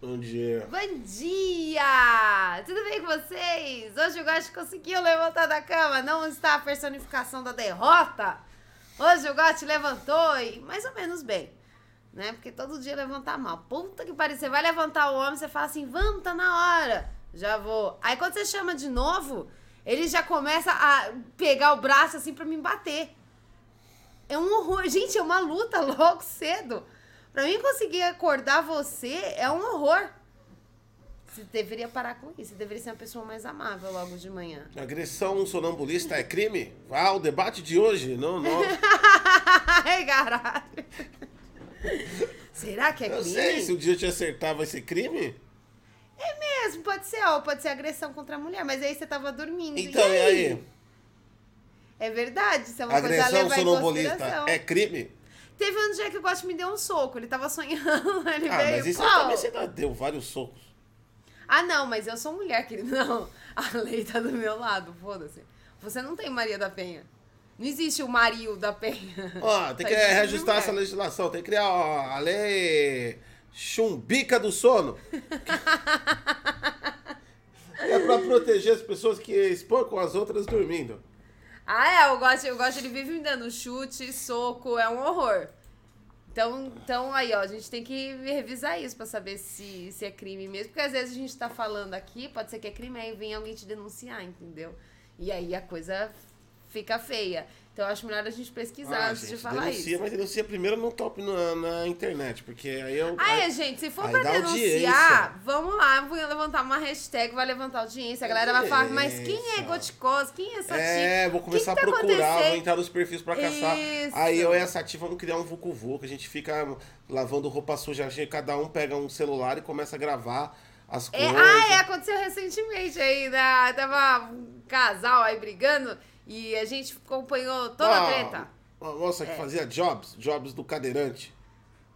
Bom dia. Bom dia! Tudo bem com vocês? Hoje o Gotti conseguiu levantar da cama, não está a personificação da derrota. Hoje o Gotti levantou e mais ou menos bem, né? Porque todo dia levantar mal. Puta que pariu, você vai levantar o homem, você fala assim, vamos, tá na hora, já vou. Aí quando você chama de novo, ele já começa a pegar o braço assim pra me bater. É um horror. Gente, é uma luta logo cedo. Pra mim conseguir acordar você é um horror. Você deveria parar com isso. Você deveria ser uma pessoa mais amável logo de manhã. Agressão sonambulista é crime? Vá ao debate de hoje. Não, não. Ai, caralho. Será que é Eu crime? sei, se o dia eu te acertar vai ser crime? É mesmo, pode ser, ó, pode ser agressão contra a mulher, mas aí você tava dormindo. Então, Hum, e e aí? É verdade, isso é uma coisa a Agressão levar em sonambolista consideração. é crime? Teve um dia que o Gosto me deu um soco, ele tava sonhando, ele Ah, veio. mas isso aí pau. também você já deu vários socos. Ah, não, mas eu sou mulher, querido. Não, a lei tá do meu lado, foda-se. Você não tem Maria da Penha. Não existe o Mario da Penha. Tá Ó, tem Só que existe reajustar mulher. essa legislação. Tem que criar ó, a lei chumbica do sono. é pra proteger as pessoas que espancam as outras dormindo. Ah, é, eu gosto, eu gosto, ele vive me dando chute, soco, é um horror. Então, então aí, ó, a gente tem que revisar isso pra saber se, se é crime mesmo. Porque às vezes a gente tá falando aqui, pode ser que é crime, aí vem alguém te denunciar, entendeu? E aí a coisa fica feia. Então eu acho melhor a gente pesquisar Ah, antes gente, de falar denuncia, isso. mas denuncia primeiro no top na, na internet, porque aí eu. Ah, é, gente, se for Aí pra dá denunciar, audiência. vamos lá, vou levantar uma hashtag, vai levantar audiência, a galera vai falar, mas quem é Audiência. Goticos? Quem é essa É, tia? vou Que começar que tá a procurar, vou acontecendo? entrar nos perfis pra caçar. Isso. Aí eu e a Sati vamos criar um vucu que a gente fica lavando roupa suja, a gente- cada um pega um celular e começa a gravar as É, coisas. ah, é, aconteceu recentemente aí, né? Tava um casal aí brigando e a gente acompanhou toda a Ah, treta. É. Uma moça que fazia jobs, jobs do cadeirante.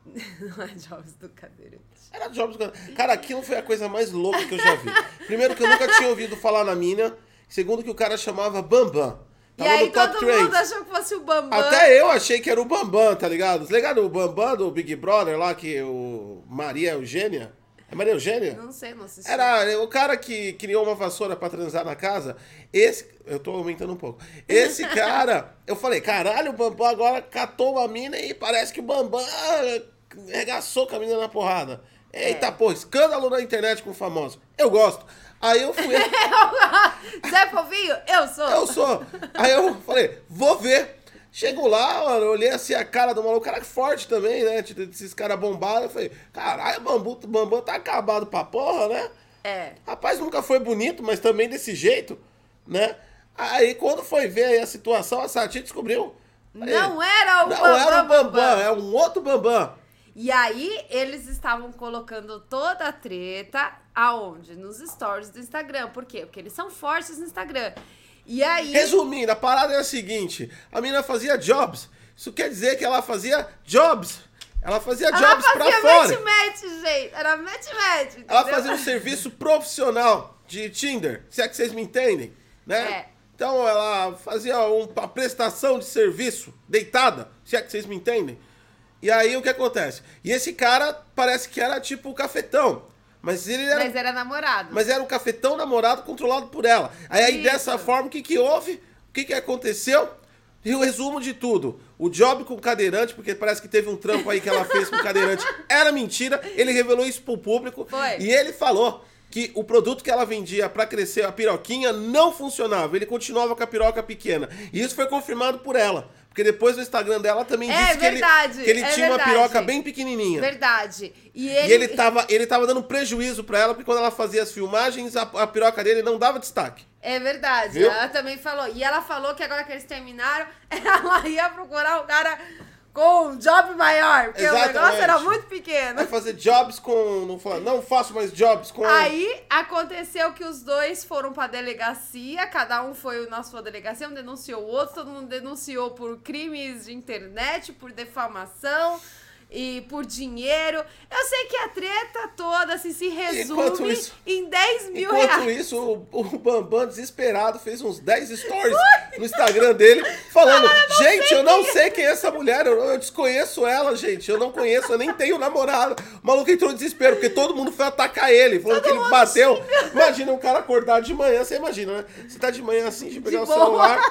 Não é Jobs do cadeirante. Era jobs do cadeirante. Cara, aquilo foi a coisa mais louca que eu já vi. Primeiro que eu nunca tinha ouvido falar na mina. Segundo que o cara chamava Bambam. E Tava aí no top todo mundo trends. achou que fosse o Bambam. Até eu achei que era o Bambam, tá ligado? Tá ligado o Bambam do Big Brother lá, que o Maria Eugênia? É Maria Eugênia? Não sei, não assisti. Era o cara que criou uma vassoura pra transar na casa. Esse. Eu tô aumentando um pouco. Esse cara. Eu falei, caralho, o Bambam agora catou uma mina e parece que o Bambam regaçou com a mina na porrada. Eita, pô, escândalo na internet com o famoso. Eu gosto. Aí eu fui. Zé Fofinho, eu sou. Eu sou. Aí eu falei, vou ver. Chego lá, mano, eu olhei assim a cara do maluco, cara forte também, né? Tipo, Esses caras bombados. Eu falei, caralho, o bambu, o bambu tá acabado pra porra, né? É. Rapaz, nunca foi bonito, mas também desse jeito, né? Aí quando foi ver aí a situação, a Sati descobriu. Aí, Não era o não Bambam. era o Bambam, Bambam. é um outro Bambam. E aí, eles estavam colocando toda a treta aonde? Nos stories do Instagram. Por quê? Porque eles são fortes no Instagram. E aí. Resumindo, a parada é a seguinte: a mina fazia jobs. Isso quer dizer que ela fazia jobs. Ela fazia Ela jobs pra fazia fora. match-match, gente. Era match-match. Ela entendeu? fazia um serviço profissional de Tinder, se é que vocês me entendem, né? É. Então ela fazia uma prestação de serviço deitada, se é que vocês me entendem. E aí o que acontece? E esse cara parece que era tipo o cafetão, mas ele era, Mas era namorado. mas era um cafetão namorado controlado por ela. Aí, aí Isso. dessa forma, o que, que houve? O que, que aconteceu? E o resumo de tudo. O job com o cadeirante, porque parece que teve um trampo aí que ela fez com o cadeirante, era mentira. Ele revelou isso pro público. Foi. E ele falou que o produto que ela vendia pra crescer a piroquinha não funcionava. Ele continuava com a piroca pequena. E isso foi confirmado por ela. Porque depois no Instagram dela também É disse que ele- verdade, que ele, é tinha verdade. uma piroca bem pequenininha. Verdade. E ele... assim, E ele tá- tava, ele tava dando prejuízo pra ela, porque quando ela fazia as filmagens, a, a piroca dele não dava destaque. É verdade. Viu? Ela também falou. E ela falou que agora que eles terminaram, ela ia procurar um cara com um job maior. Porque Exatamente. o negócio era muito pequeno. Vai fazer jobs com. Não, fala- não faço mais jobs com. Aí aconteceu que os dois foram pra delegacia, cada um foi na sua delegacia, um denunciou o outro, todo mundo denunciou por crimes de internet, por defamação. e por dinheiro. Eu sei que a treta toda assim, se Enquanto resume isso- em 10 mil Enquanto reais. isso, o, o Bambam, desesperado, fez uns 10 stories no Instagram dele, falando: Gente, eu não sei quem é essa mulher, eu, eu desconheço ela, gente, eu não conheço, eu nem tenho namorado. O maluco entrou em desespero, porque todo mundo foi atacar ele, falando que ele bateu. Imagina um cara acordar de manhã, você imagina, né? Você tá de manhã assim, de pegar o boa. celular.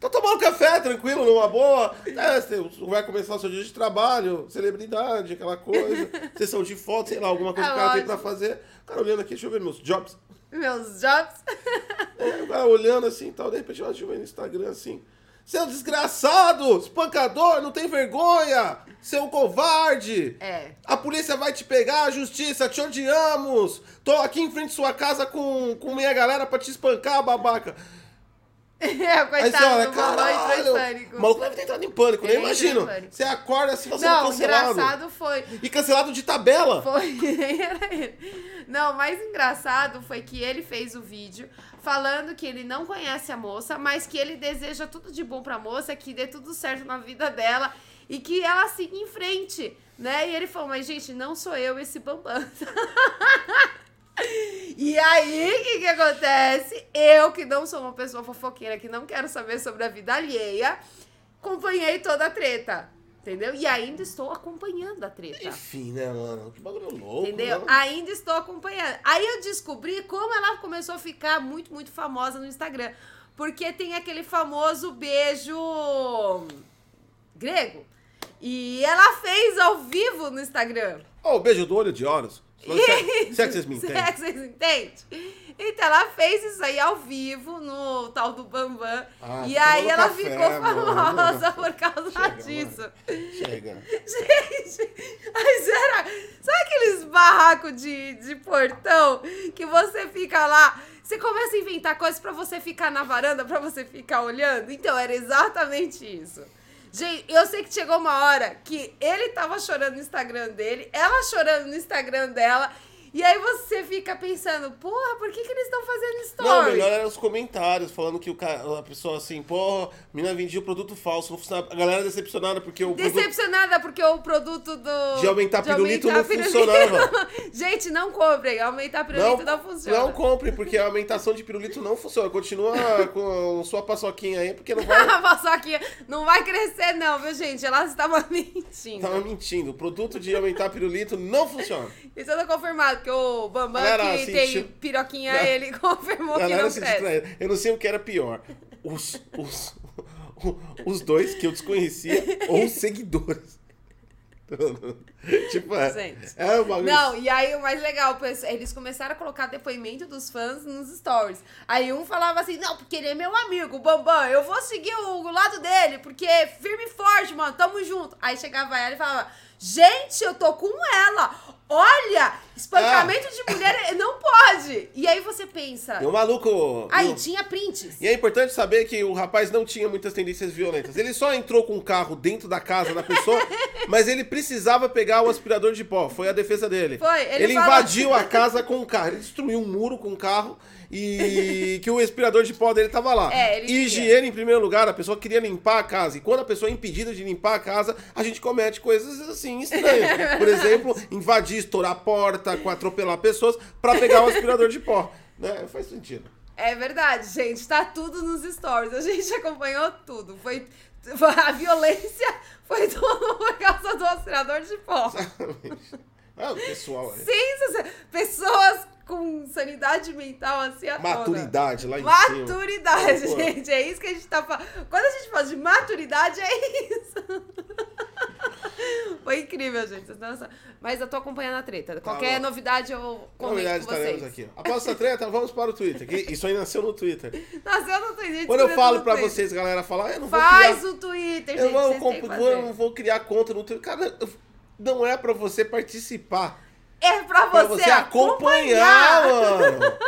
Tô tomando café, tranquilo, numa boa. É, você vai começar o seu dia de trabalho, celebridade, aquela coisa. Sessão de foto, sei lá, alguma coisa É que o cara tem lógico. pra fazer. O cara olhando aqui, deixa eu ver meus jobs. Meus jobs. É, o cara olhando assim e tal, de repente ela chegou no Instagram assim. Seu desgraçado, espancador, não tem vergonha, seu covarde. É. A polícia vai te pegar, a justiça, te odiamos. Tô aqui em frente à sua casa com, com minha galera pra te espancar, babaca. É, Aí você coitado olha, do mamãe caralho, entrou em o pânico. maluco deve ter entrado em pânico, né? Ele entrou em Imagino. pânico. Você acorda assim, você Não, cancelado. engraçado foi. E cancelado de tabela. Foi, era ele. Não, o mais engraçado foi que ele fez o vídeo falando que ele não conhece a moça, mas que ele deseja tudo de bom pra moça, que dê tudo certo na vida dela e que ela siga em frente, né? E ele falou, mas gente, não sou eu esse Bambam. E aí, o que, que acontece? Eu, que não sou uma pessoa fofoqueira, que não quero saber sobre a vida alheia, acompanhei toda a treta, entendeu? E ainda estou acompanhando a treta. Enfim, né, mano? Que bagulho louco. Entendeu? né? Ainda estou acompanhando. Aí eu descobri como ela começou a ficar muito, muito famosa no Instagram. Porque tem aquele famoso beijo grego. E ela fez ao vivo no Instagram. Ó, o beijo do olho de Horus. Se se é que vocês me entendem. Será que vocês entendem? Então ela fez isso aí ao vivo no tal do Bambam. Ah, e tá aí tomando ela café, ficou mano. famosa por causa Chega, mano. disso. Chega. Gente, mas era. Sabe aqueles barracos de, de portão que você fica lá? Você começa a inventar coisas pra você ficar na varanda, pra você ficar olhando? Então, era exatamente isso. Gente, eu sei que chegou uma hora que ele tava chorando no Instagram dele, ela chorando no Instagram dela, e aí você fica pensando, porra, por que, que eles estão fazendo Não, o story? melhor eram os comentários, falando que o cara, a pessoa assim, porra, a mina vendia o produto falso, não funcionava. A galera é decepcionada porque o produto Decepcionada porque o produto do. de aumentar pirulito aumentar não pirulito- funcionava. Gente, não comprem. Aumentar pirulito não, funciona. não compre, porque a aumentação de pirulito não funciona. Continua com sua paçoquinha aí, porque não vai. A paçoquinha não vai crescer, não, viu, gente? Ela estava mentindo. Tava mentindo. O produto de aumentar pirulito não funciona. Isso eu tô confirmado, porque o Bambam Galera, que assim, tem tipo- piroquinha, Não. ele confirmou A que galera assim, não se cresce. distraía. Eu não sei o que era pior. Os, os, os dois que eu desconhecia ou os seguidores. tipo, é. Gente. É uma Não, e aí o mais legal, pessoal, eles começaram a colocar depoimento dos fãs nos stories. Aí um falava assim, não, porque ele é meu amigo, o Bambam, eu vou seguir o, o lado dele, porque firme e forte, mano, tamo junto. Aí chegava ela e falava, gente, eu tô com ela, olha, espancamento de mulher é, não pode. E aí você pensa, E o maluco. aí não- tinha prints. E é importante saber que o rapaz não tinha muitas tendências violentas. Ele só entrou com o carro dentro da casa da pessoa, mas ele precisava pegar o aspirador de pó. Foi a defesa dele. Foi, ele falou- invadiu a casa com o carro. Ele destruiu um muro com o carro e que o aspirador de pó dele tava lá. É, ele queria. Higiene em primeiro lugar, a pessoa queria limpar a casa. E quando a pessoa é impedida de limpar a casa, a gente comete coisas assim estranhas. Por exemplo, invadir, estourar a porta, atropelar pessoas pra pegar o aspirador de pó. Né? Faz sentido. É verdade, gente. Tá tudo nos stories. A gente acompanhou tudo. Foi a violência foi tudo por causa do aspirador de pó. Ah, o pessoal. é. Sim, se- pessoas com sanidade mental assim à tona. Maturidade lá em cima. Maturidade, Pô. gente. É isso que a gente tá falando. Quando a gente fala de maturidade, é isso. Foi incrível, gente. Vocês não têm noção. Mas eu tô acompanhando a treta. Qualquer Tá bom. novidade eu comento Novidades com vocês. estaremos aqui. Após essa treta, vamos para o Twitter. que isso aí nasceu no Twitter. Nossa, eu não tô entendendo. Quando eu tudo falo no pra Twitter. vocês, galera, falar, eu não vou Faz criar. o Twitter, gente. Eu não, vocês têm que compu- fazer. eu não vou criar conta no Twitter. Cara, eu- não é pra você participar. É pra Pra você, você acompanhar, acompanhar. mano.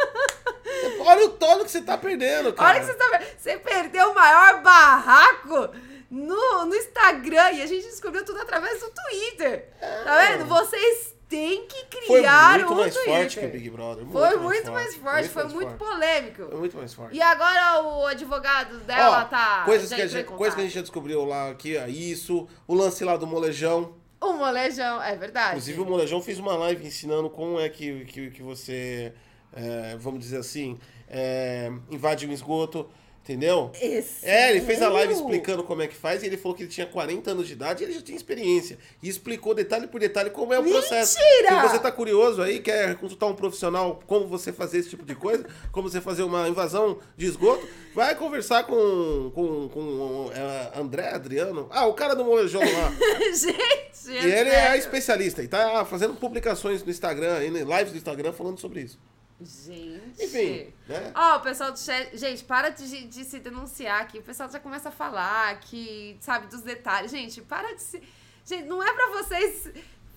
Você- Olha o tono que você tá perdendo, cara. Olha que você tá vendo. Você perdeu o maior barraco no, no Instagram e a gente descobriu tudo através do Twitter. Tá vendo? Vocês têm que É. Foi criar muito um mais Twitter. forte que o Big Brother. foi muito mais forte, foi muito Foi polêmico. muito mais forte. E agora o advogado dela Ó, tá. Coisas já que, a entrou em gente, coisas que a contato. gente já descobriu lá aqui, ó, isso, o lance lá do molejão. O molejão, é verdade. Inclusive, o Molejão fez uma live ensinando como é que, que, que você, é, vamos dizer assim, é, invade um esgoto, entendeu? Esse. É, ele fez a live Uh! explicando como é que faz e ele falou que ele tinha 40 anos de idade e ele já tinha experiência. E explicou detalhe por detalhe como é o processo. Mentira! Se você tá curioso aí, quer consultar um profissional como você fazer esse tipo de coisa, como você fazer uma invasão de esgoto, vai conversar com, com, com é, André Adriano. Ah, o cara do Molejão lá. Gente, E ele é especialista e tá fazendo publicações no Instagram, e em lives do Instagram falando sobre isso. Gente. Enfim, né? Ó, o pessoal do chat. Gente, para de, de se denunciar aqui. O pessoal já começa a falar que, sabe, dos detalhes. Gente, para de se. Gente, não é pra vocês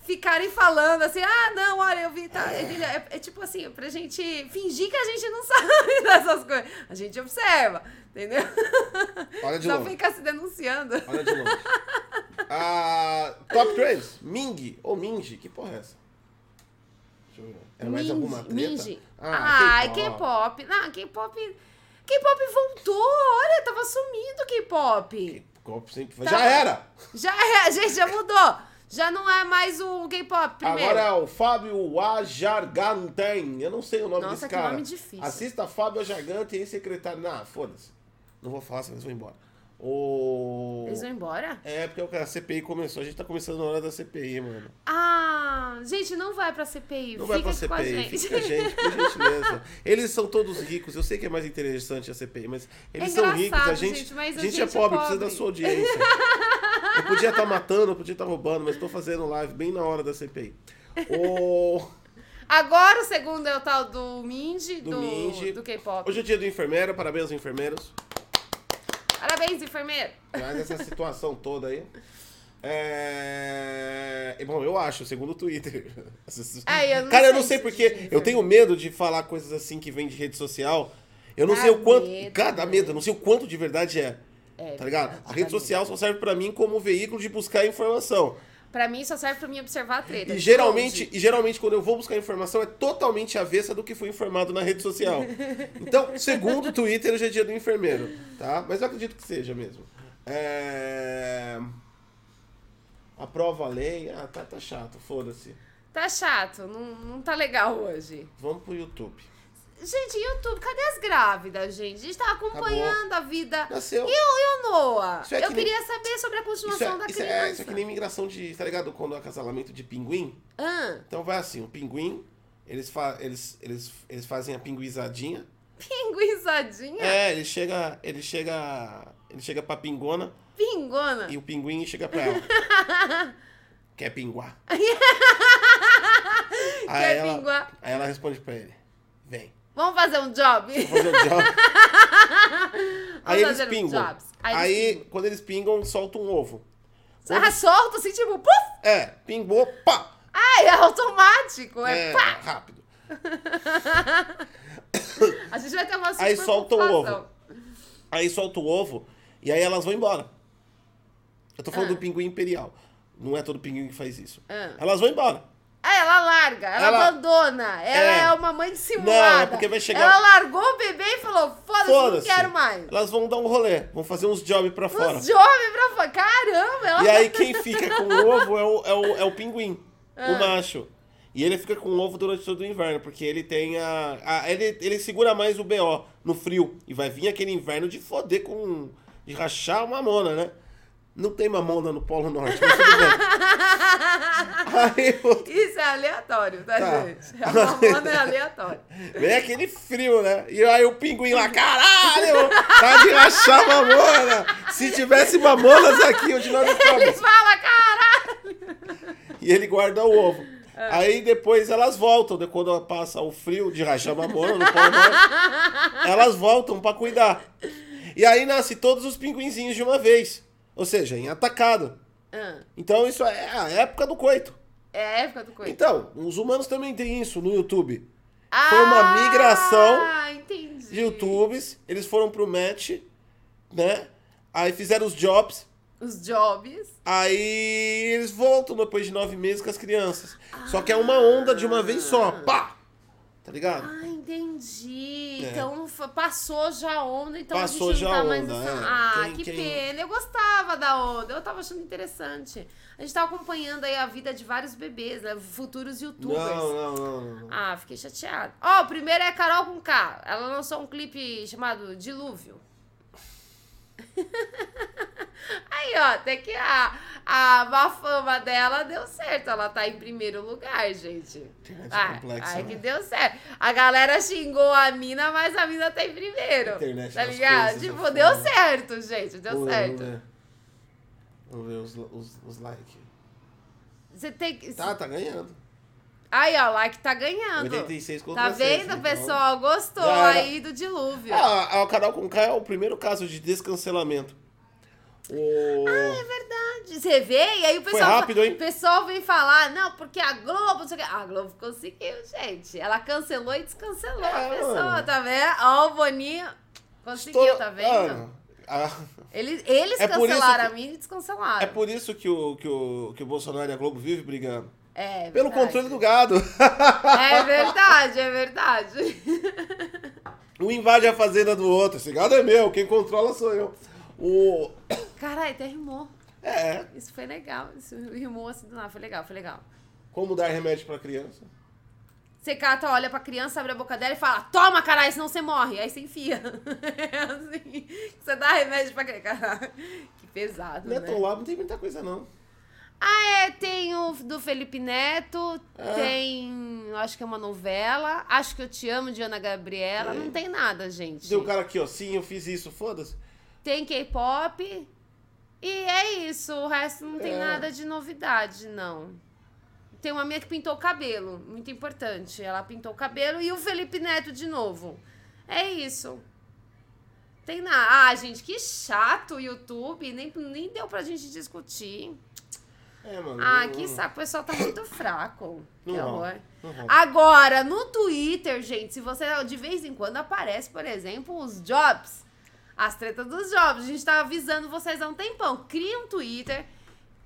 ficarem falando assim, ah, não, olha, eu vi. Tá, Emília, é, é tipo assim, pra gente fingir que a gente não sabe dessas coisas. A gente observa, entendeu? Olha de Só longe. ficar se denunciando. Olha de longe. Ah, top Trends, Ming ou Minji, que porra é essa? Deixa eu ver. É mais Minji, alguma treta? Minji. Ah, Ah, é K-pop. Não, K-pop. K-pop voltou. Olha, tava sumindo o K-pop. K-pop sempre foi. Tá. Já era! Já é, gente, já mudou. Já não é mais o K-pop primeiro. Agora é o Fábio Ajargantem. Eu não sei o nome Nossa, desse que cara. nome difícil. Assista Fábio Ajargante e secretário. Ah, foda-se. Não vou falar, senão eles vão embora. O... Eles vão embora? É, porque a CPI começou. A gente tá começando na hora da CPI, mano. Ah, gente, não vai pra CPI. Não fica vai pra com a CPI, gente. fica a gente, por gentileza. Eles são todos ricos, eu sei que é mais interessante a CPI, mas eles É são engraçado, ricos, a gente, gente, mas a a gente, é gente é pobre, precisa da pobre. sua audiência. eu podia estar matando, eu podia estar roubando, mas tô fazendo live bem na hora da CPI. O... Agora o segundo é o tal do Mindy, Do do, Mindy. do K-pop. Hoje é dia do enfermeiro, parabéns aos enfermeiros. Parabéns, enfermeiro. Mas essa situação toda aí. É... e, Bom, eu acho, segundo o Twitter. Essas- É, eu não Cara, eu não sei sei se- é porque. Eu tenho medo de falar coisas assim que vem de rede social. Eu não Dá sei o quanto. medo, Cada né? medo, eu não sei o quanto de verdade é. É, tá ligado? verdade, A dá rede medo. social só serve pra mim como veículo de buscar informação. Pra mim só serve pra mim observar a treta. E de geralmente, longe. e geralmente, quando eu vou buscar informação, é totalmente avessa do que fui informado na rede social. Então, segundo o Twitter, hoje é dia do enfermeiro, tá? Mas eu acredito que seja mesmo. É... Aprova a lei. Ah, tá, tá chato, foda-se. Tá chato, não, não tá legal hoje. Vamos pro YouTube. Gente, YouTube, cadê as grávidas, gente? A gente tá acompanhando a vida. Nasceu. E o, e o Noah? Isso é eu que nem- queria saber sobre a Isso continuação da é, isso, criança. é, isso é que nem migração de. Tá ligado? Quando é acasalamento de pinguim. Ah, Então vai assim: o pinguim, eles, fa eles, eles, eles fazem a pinguizadinha. pinguizadinha? É, ele chega. Ele chega. Ele chega pra pingona. Pingona? E o pinguim chega pra ela. Quer pinguar? aí Quer ela, pinguar? Aí ela responde pra ele. Vem. Vamos fazer um job? Vou fazer o job. aí fazer eles um pingam. jobs. Aí, Aí eles pingam. quando eles pingam, solta um ovo. Ah, solto assim, tipo, puf! É, pingou, pá! Ai, é automático, é, É, pá! rápido. A gente vai ter uma super Aí solta o ocupação. ovo. Aí solta o ovo e aí elas vão embora. Eu tô falando do pinguim imperial. Não é todo pinguim que faz isso. Ah. Elas vão embora. Ah, ela larga, ela, Ela- abandona, ela É. é. uma mãe dissimulada. Não, é porque vai chegar- Ela largou o bebê e falou, foda-se, não Foda-se. quero mais. Elas vão dar um rolê, vão fazer uns jobs pra fora. Os jovens pra fora, caramba! Ela... E aí quem fica com o ovo é o, é o, é o pinguim, o macho. E ele fica com o ovo durante todo o inverno, porque ele tem a. a- ele, ele segura mais o BO no frio. E vai vir aquele inverno de foder com. de rachar uma mamona, né? Não tem mamona no Polo Norte, mas tudo bem. Aí o- Isso é aleatório, tá, Tá. gente? A mamona é aleatória. Vem aquele frio, né? E aí o pinguim lá, caralho! Tá de rachar mamona! Se tivesse mamonas aqui onde nós Ele estamos. fala, caralho! E ele guarda o ovo. Aí depois elas voltam, né? quando passa o frio de rachar mamona no pau norte, elas voltam pra cuidar. E aí nasce todos os pinguinzinhos de uma vez. Ou seja, em atacado. Ah, Então isso é a época do coito. é a época do coito. Então, os humanos também têm isso no YouTube. foi uma migração Ah, entendi. YouTubes, eles foram pro match, né? Aí fizeram os jobs. Os jobs. Aí eles voltam depois de nove meses com as crianças. Só que é uma onda de uma vez só. Pá! Tá ligado? Ah, entendi. É. Então, fo- fa- passou já a onda, então Passou a gente já não a tá mais onda, nessa- é. Ah, Quem- que quem- pena. Eu gostava da onda, eu tava achando interessante. A gente tava acompanhando aí a vida de vários bebês, né? Futuros youtubers. Não, não, não, não. Ah, fiquei chateada. Ó, o primeiro é a Carol com K. Ela lançou um clipe chamado Dilúvio. Aí, ó, até que a, a má fama dela deu certo. Ela tá em primeiro lugar, gente. Internet Ah, complexa, aí né? que deu certo. A galera xingou a mina, mas a mina tá em primeiro. Internet tá das ligado? coisas, Tipo, é deu foda. certo, gente. Deu Vamos ver, certo. vamos ver. Vamos ver os, os, os likes. Você tem que. Tá, tá ganhando. Aí, ó, like tá ganhando. 86 contra Tá 6, vendo, então. pessoal? Gostou Já era. aí do dilúvio. Ah, o canal com K é o primeiro caso de descancelamento. Ah, O... Você vê? E aí o Foi pessoal. fa- rápido, hein? O pessoal vem falar, não, porque a Globo, não sei o quê. A Globo conseguiu, gente. Ela cancelou e descancelou É, a pessoa, mano. tá vendo? Ó, o Boninho conseguiu, Estoura- tá vendo? Mano, a- Eles, eles É por isso cancelaram que- a mim e descancelaram. Ah, É por isso que o, que, o, que o Bolsonaro e a Globo vivem brigando. É Pelo verdade. controle do gado. É verdade, é verdade. Um invade a fazenda do outro. Esse gado é meu, quem controla sou eu. O... Caralho, até rimou. É, Isso foi legal. Isso rimou assim do nada. Foi legal, foi legal. como dar remédio pra criança. Você cata, olha pra criança, abre a boca dela e fala: Toma, caralho, senão você morre. Aí você enfia. É assim. Você dá remédio pra criança. Caralho. Que pesado. Neto Né? Lab não tem muita coisa, não. Ah, é. Tem o do Felipe Neto. É. Tem. eu Acho que é uma novela. Acho que eu te amo, de Ana Gabriela. Não tem nada, gente. Tem o cara aqui, ó. Sim, eu fiz isso, foda-se. Tem K-pop. E é isso. O resto não tem É. nada de novidade, não. Tem uma minha que pintou o cabelo. Muito importante. Ela pintou o cabelo e o Felipe Neto de novo. É isso. Tem nada. Ah, gente, que chato o YouTube. Nem, nem deu pra gente discutir. É, mano. Ah, não- que saco. O pessoal tá muito fraco. Que Não horror. rola, não rola. Agora, no Twitter, gente, se você de vez em quando aparece, por exemplo, os jobs, as tretas dos jobs, a gente tá avisando vocês há um tempão. Cria um Twitter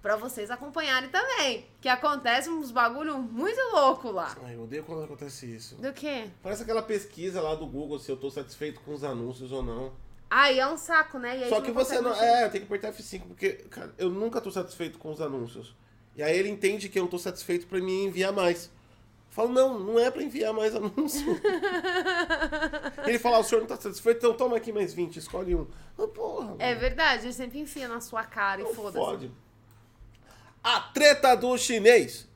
pra vocês acompanharem também, que acontece uns bagulho muito louco lá. Ai, eu odeio quando acontece isso. Do que? Parece aquela pesquisa lá do Google se eu tô satisfeito com os anúncios ou não. Aí é um saco, né? E aí Só que você consegue não. mexer. É, tem que apertar F5, porque, cara, eu nunca tô satisfeito com os anúncios. E aí ele entende que eu não tô satisfeito pra me enviar mais. Eu falo, não, não é pra enviar mais anúncio. ele fala, o senhor não tá satisfeito, então toma aqui mais 20, escolhe um. Ah, porra. É verdade, ele sempre enfia na sua cara e Não foda-se. fode. A treta do chinês.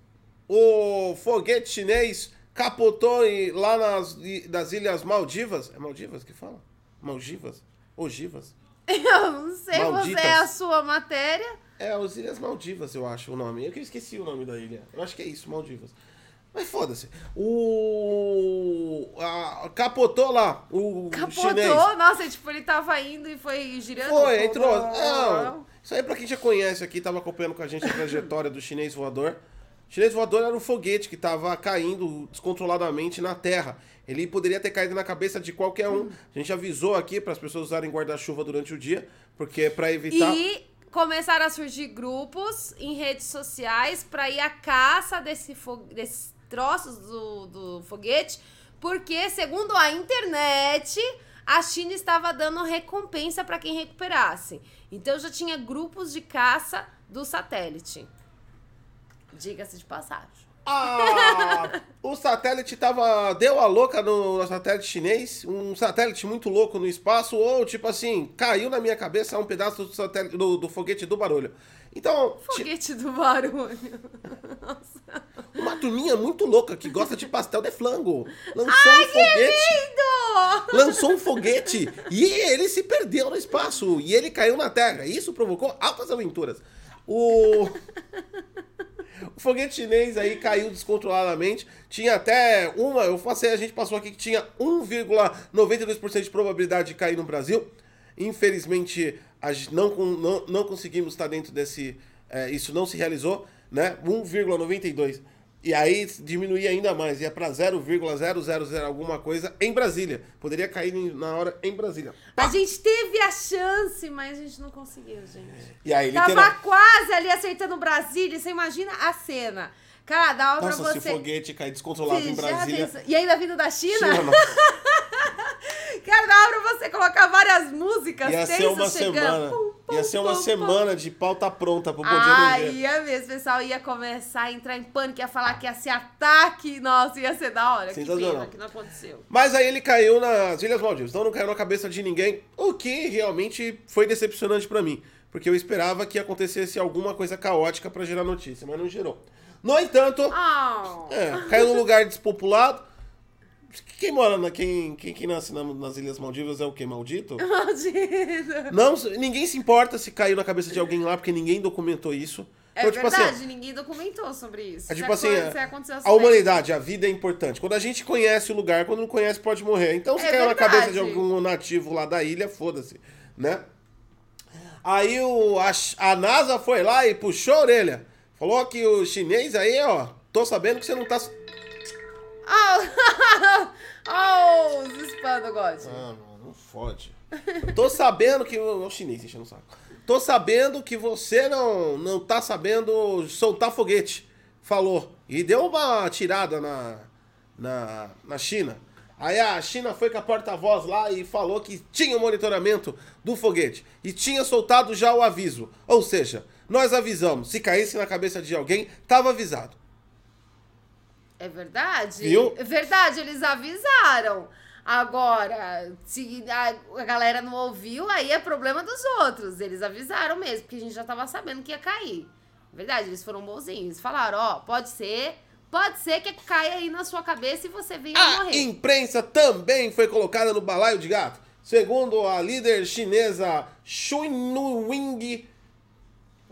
O foguete chinês capotou em- lá nas, i- nas Ilhas Maldivas. É Maldivas que fala? Maldivas? Ogivas? Eu não sei, Malditas. você é a sua matéria. É, as Ilhas Maldivas, eu acho o nome. Eu que esqueci o nome da ilha. Eu acho que é isso, Maldivas. Mas foda-se. O. a- capotou lá. O Capotou, chinês. nossa, tipo, ele tava indo e foi girando. Foi, entrou. É, Não, isso aí pra quem já conhece aqui, tava acompanhando com a gente a trajetória do chinês voador. O chinês voador era um foguete que tava caindo descontroladamente na terra. Ele poderia ter caído na cabeça de qualquer um. A gente avisou aqui para as pessoas usarem guarda-chuva durante o dia, porque é para evitar. E começaram a surgir grupos em redes sociais pra ir à caça desse fo- desses troços do, do foguete, porque, segundo a internet, a China estava dando recompensa pra quem recuperasse. Então já tinha grupos de caça do satélite. Diga-se de passagem. Ah, o satélite tava. Deu a louca no, no satélite chinês. Um satélite muito louco no espaço. Ou, tipo assim, caiu na minha cabeça um pedaço do, satélite, do, do foguete do barulho. Então, ti- Foguete do barulho. Nossa. Uma turminha muito louca que gosta de pastel de flango. Lançou um foguete. Lindo! Lançou um foguete e ele se perdeu no espaço e ele caiu na Terra. Isso provocou altas aventuras. O, o foguete chinês aí caiu descontroladamente. Tinha até uma, eu passei, a gente passou aqui que tinha 1,92% de probabilidade de cair no Brasil. Infelizmente, a gente não, con- não, não conseguimos estar dentro desse. é, isso não se realizou, né? 1,92%. E aí diminuía ainda mais, ia pra 0,000 alguma coisa em Brasília. Poderia cair em- na hora em Brasília. A gente teve a chance, mas a gente não conseguiu, gente. E aí, Tava literalmente. quase ali acertando o Brasília. Você imagina a cena. Cara, dava pra Nossa, você. se o foguete cair descontrolado Você em já Brasília. pensou- E ainda vindo da China? China, nossa. Cara, dava colocar várias músicas Ia ser tensas uma chegando. semana. Pum, pum, Ia ser uma pum, pum. semana de pauta pronta pro Ah, poder do dia. ia mesmo, pessoal ia começar a entrar em pânico, ia falar que ia ser ataque, nossa, ia ser da hora. Que Sensacional. pena que não aconteceu. Mas aí ele caiu nas Ilhas Maldivas, então não caiu na cabeça de ninguém, o que realmente foi decepcionante pra mim, porque eu esperava que acontecesse alguma coisa caótica pra gerar notícia, mas não gerou. No entanto, Ah, É, caiu num lugar despopulado. Quem mora na. Quem, quem, quem nasce na- nas Ilhas Maldivas é o quê? Maldito? maldito. Não, se- ninguém se importa se caiu na cabeça de alguém lá, porque ninguém documentou isso. É Então, tipo verdade, assim, ninguém documentou sobre isso. é Se tipo assim, acon- é- se aconteceu a acidente- humanidade, a vida é importante. Quando a gente conhece o lugar, quando não conhece, pode morrer. Então, se É caiu na verdade. cabeça de algum nativo lá da ilha, foda-se, né? Aí o, a, ch- a NASA foi lá e puxou a orelha. Falou que o chinês aí, ó, tô sabendo que você não tá. Ah, oh, os spam do God. Ah, mano, não fode. Tô sabendo que. É o chinês enchendo o saco. Tô sabendo que você não, não tá sabendo soltar foguete. Falou. E deu uma tirada na, na, na China. Aí a China foi com a porta-voz lá e falou que tinha o monitoramento do foguete. E tinha soltado já o aviso. Ou seja, nós avisamos. Se caísse na cabeça de alguém, tava avisado. É verdade? Viu? É Verdade, eles avisaram. Agora, se a, a galera não ouviu, aí é problema dos outros. Eles avisaram mesmo, porque a gente já tava sabendo que ia cair. É Verdade, eles foram bonzinhos. Falaram, ó, pode ser, pode ser que caia aí na sua cabeça e você venha A morrer. imprensa também foi colocada no balaio de gato. Segundo a líder chinesa Xuanwing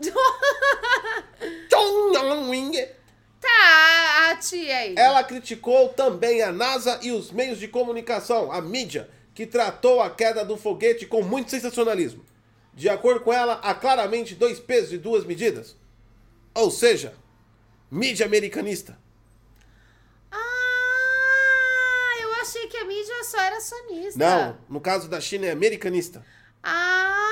Chongwing, Tá, a tia aí. ela criticou também a NASA e os meios de comunicação, a mídia, que tratou a queda do foguete com muito sensacionalismo. De acordo com ela, há claramente dois pesos e duas medidas. Ou seja, mídia americanista. Ah, eu achei que a mídia só era sonista. Não, no caso da China é americanista. Ah!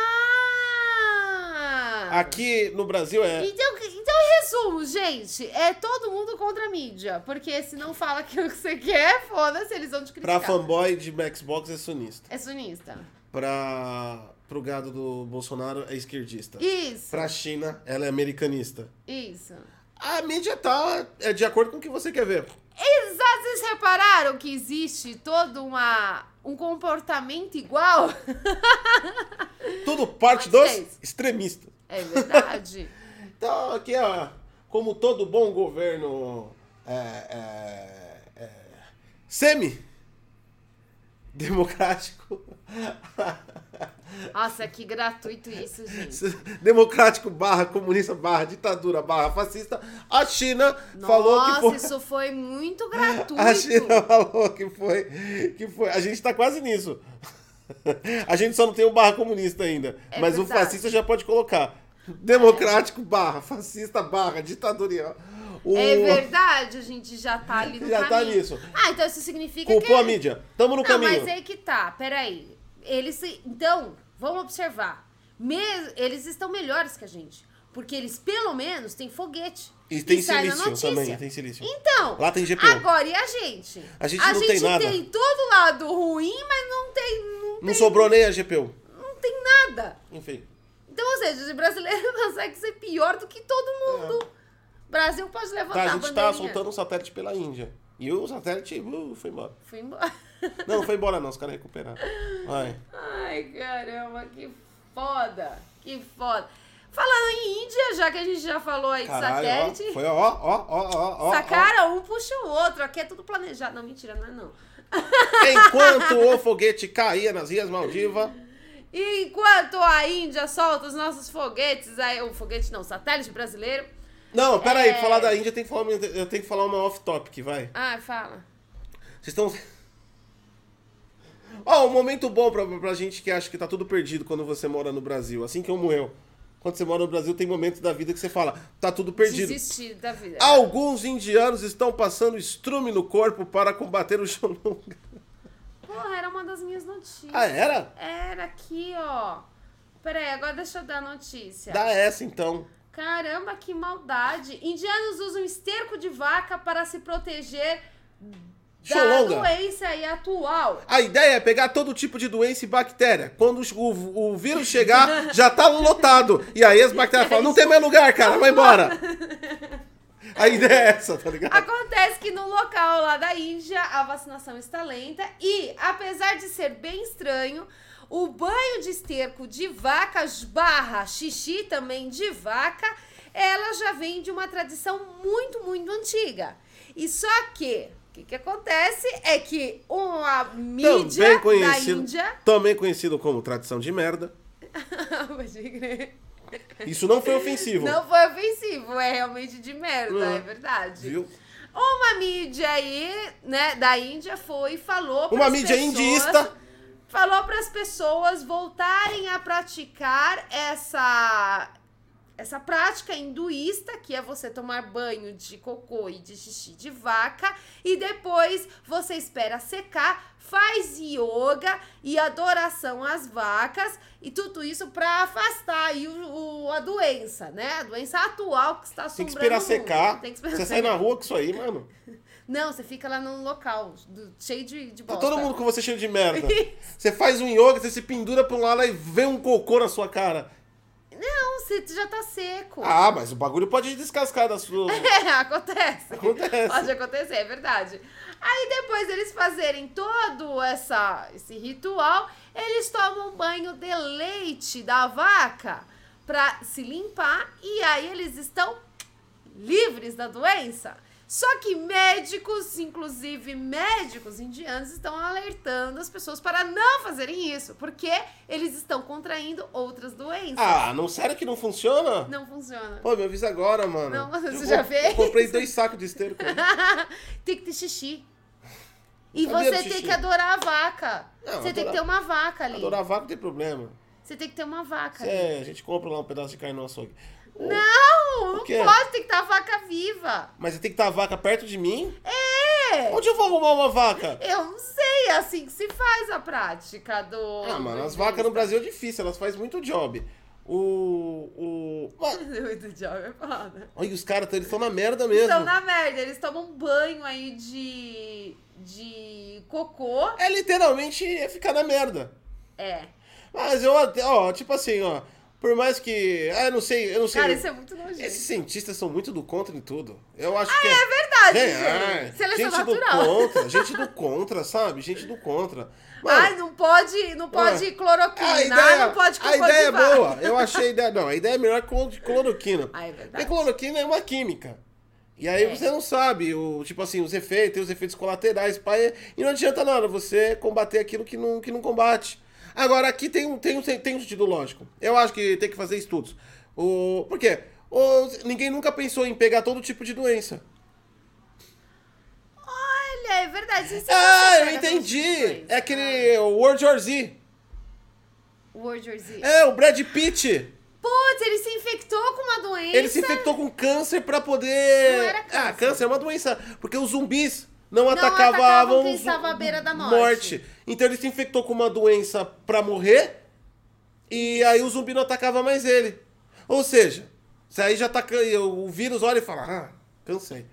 Aqui no Brasil é Então, então, em resumo, gente, é todo mundo contra a mídia. Porque se não fala aquilo que você quer, foda-se, eles vão te Pra criticar. fanboy de Xbox é sunista. É sunista. Pra. Pro gado do Bolsonaro é esquerdista. Isso, Pra China, ela é americanista. isso. A mídia tá. É de acordo com o que você quer ver. Exato, vocês repararam que existe todo uma, um comportamento igual? Tudo parte Mas dos é isso. extremistas. É verdade. Então, aqui, ó. Como todo bom governo. É, é, é, semi-democrático. Nossa, que gratuito isso, gente. democrático barra comunista barra ditadura barra fascista. A China falou que Nossa, foi. isso foi muito A China gratuito. falou que foi, que foi. A gente tá quase nisso. A gente só não tem o barra comunista ainda. É mas o verdade. fascista já pode colocar. Democrático barra, fascista barra, ditatorial. O, É verdade, a gente já tá ali no Já tá caminho. nisso. Ah, então isso significa que... Culpou a mídia. Tamo no Não, caminho. mas aí que tá, peraí. Eles. se- Então, vamos observar. Mes- Eles estão melhores que a gente. Porque eles, pelo menos, têm foguete. E tem sai na silício notícia. também, tem silício. Então, Lá tem GPU. agora e a gente? A gente não tem nada. tem todo lado ruim, mas não tem, não, Não sobrou nem a GPU. não tem nada. Enfim. Então, ou seja, o brasileiro é consegue ser pior do que todo mundo. Brasil pode levantar É. Tá, a a gente tá bandeirinha. soltando um satélite pela Índia. E o satélite uh, foi embora. Fui embora. Não, não foi embora não, os caras recuperaram. Vai. Ai, caramba, que foda, que foda. Falando em Índia, já que a gente já falou aí Caralho, de ó, satélite, foi ó, ó, ó, ó, ó. ó. sacaram? Um puxa o outro, aqui é tudo planejado. Não, mentira, não é não. Enquanto o foguete caía nas Ilhas Maldivas, E enquanto a Índia solta os nossos foguetes, aí, o foguete não, satélite brasileiro. Não, peraí, É. pra falar da Índia, tem que falar, uma- eu tenho que falar uma off-topic, vai. Ah, fala. Vocês estão. Ó, um momento bom pra, pra gente que acha que tá tudo perdido quando você mora no Brasil, assim que eu morreu. Quando você mora no Brasil, tem momentos da vida que você fala, tá tudo perdido. Desistir da vida. Alguns indianos estão passando estrume no corpo para combater o Xolonga. Porra, era uma das minhas notícias. Ah, era? Era aqui, ó. Peraí, agora deixa eu dar a notícia. Dá essa então. Caramba, que maldade! Indianos usam esterco de vaca para se proteger da Xolonga. doença aí atual. A ideia é pegar todo tipo de doença e bactéria. Quando os- o, o vírus chegar, já tá lotado. E aí as bactérias falam, não tem mais lugar, cara, vai embora. A ideia é essa, tá ligado? Acontece que no local lá da Índia a vacinação está lenta e, apesar de ser bem estranho, o banho de esterco de vacas barra xixi também de vaca, ela já vem de uma tradição muito, muito antiga. E só que o que, que acontece é que uma mídia Também da conhecido, Índia. também conhecido como tradição de merda. Pode crer. Isso não foi ofensivo, Não foi ofensivo, é realmente de merda, Hum. é verdade. viu? Uma mídia aí, né, da Índia foi e falou para Uma mídia indista. Falou para as pessoas voltarem a praticar essa essa prática hinduísta, que é você tomar banho de cocô e de xixi de vaca, e depois você espera secar, faz yoga e adoração às vacas, e tudo isso para afastar aí o, o- a doença, né? A doença atual que está Tem que assombrando o esperar mundo. secar. Tem que esperar Você sai na rua com isso aí, mano. não, você fica lá num local do- cheio de, de Tá bosta. todo mundo com você cheio de merda. Você faz um yoga, você se pendura pra um lado e vem um cocô na sua cara. Não, você já tá seco. Ah, mas o bagulho pode descascar da sua... É, acontece. Acontece. Pode acontecer, é verdade. Aí depois eles fazerem todo essa, esse ritual, eles tomam um banho de leite da vaca pra se limpar e aí eles estão livres da doença. Só que médicos, inclusive médicos indianos, estão alertando as pessoas para não fazerem isso, porque eles estão contraindo outras doenças. Ah, não, sério que não funciona? Não funciona. Pô, me avisa agora, mano. Não, Eu você co- já fez? Eu comprei dois sacos de esterco. tem que ter xixi. E Cadê o você xixi? tem que adorar a vaca. Não, você adorar- tem que ter uma vaca ali. Adorar vaca não tem problema. Você tem que ter uma vaca ali. É, a gente compra lá um pedaço de carne no açougue. O- Não, O não quê? pode, tem que estar a vaca viva. Mas tem que estar a vaca perto de mim? É. Onde eu vou arrumar uma vaca? Eu não sei, é assim que se faz a prática do. Ah, mano, do as vacas no hinduísta. Brasil é difícil, elas fazem muito job. O. O. Mano, Muito jovem, é foda. olha, os caras, eles estão na merda É mesmo. Estão na merda, eles tomam um banho aí de. de cocô. É literalmente é ficar na merda. É. Mas eu até, ó, tipo assim, ó. Por mais que. Ah, eu não sei, eu não sei. Cara, isso é muito nojento. Esses cientistas são muito do contra em tudo. Eu acho que É verdade, É, gente. Seleção gente natural. do contra, gente do contra, sabe? Gente do contra. Mano, Ai, não pode, não pode cloroquina, Ah. a ai, ideia, não pode a ideia é cultivar. boa. Eu achei a ideia. Não, a ideia é melhor que o cloroquina. Ah, é Porque verdade. cloroquina é uma química. E aí É. você não sabe, o, tipo assim, os efeitos, tem os efeitos colaterais, pai, e não adianta nada você combater aquilo que não, que não combate. Agora, aqui tem um, tem, um, tem um sentido lógico. Eu acho que tem que fazer estudos. O, por quê? O- ninguém nunca pensou em pegar todo tipo de doença. Olha, é verdade. Você sabe Ah, que eu você pega entendi! constituições. É aquele Ah. World War Z. World War Z. É, o Brad Pitt. Putz, ele se infectou com uma doença. Ele se infectou com câncer pra poder. é Não era câncer. Ah, câncer é uma doença. Porque os zumbis não, atacavam atacavam, quem os- estava à beira da morte. Então ele se infectou com uma doença pra morrer. E aí o zumbi não atacava mais ele. Ou seja, isso aí já ataca. O vírus olha e fala: Ah, cansei.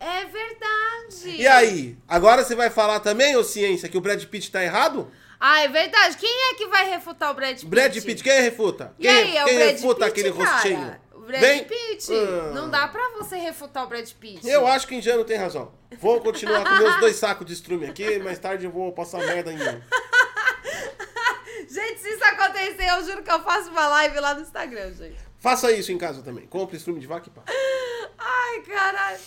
É verdade. E aí? Agora você vai falar também, ô ciência, que o Brad Pitt tá errado? Ah, é verdade. Quem é que vai refutar o Brad Pitt? Brad Pitt, quem refuta? E quem aí, é quem o Brad refuta Pitt, aquele cara? rostinho? O Brad Vem? Pitt. Ah. Não dá pra você refutar o Brad Pitt. Eu acho que o indiano tem razão. Vou continuar com meus dois sacos de estrume aqui, mais tarde eu vou passar merda em mim. Gente, se isso acontecer, eu juro que eu faço uma live lá no Instagram, gente. Faça isso em casa também. Compre estrume de vaca e pá. Ai, caralho.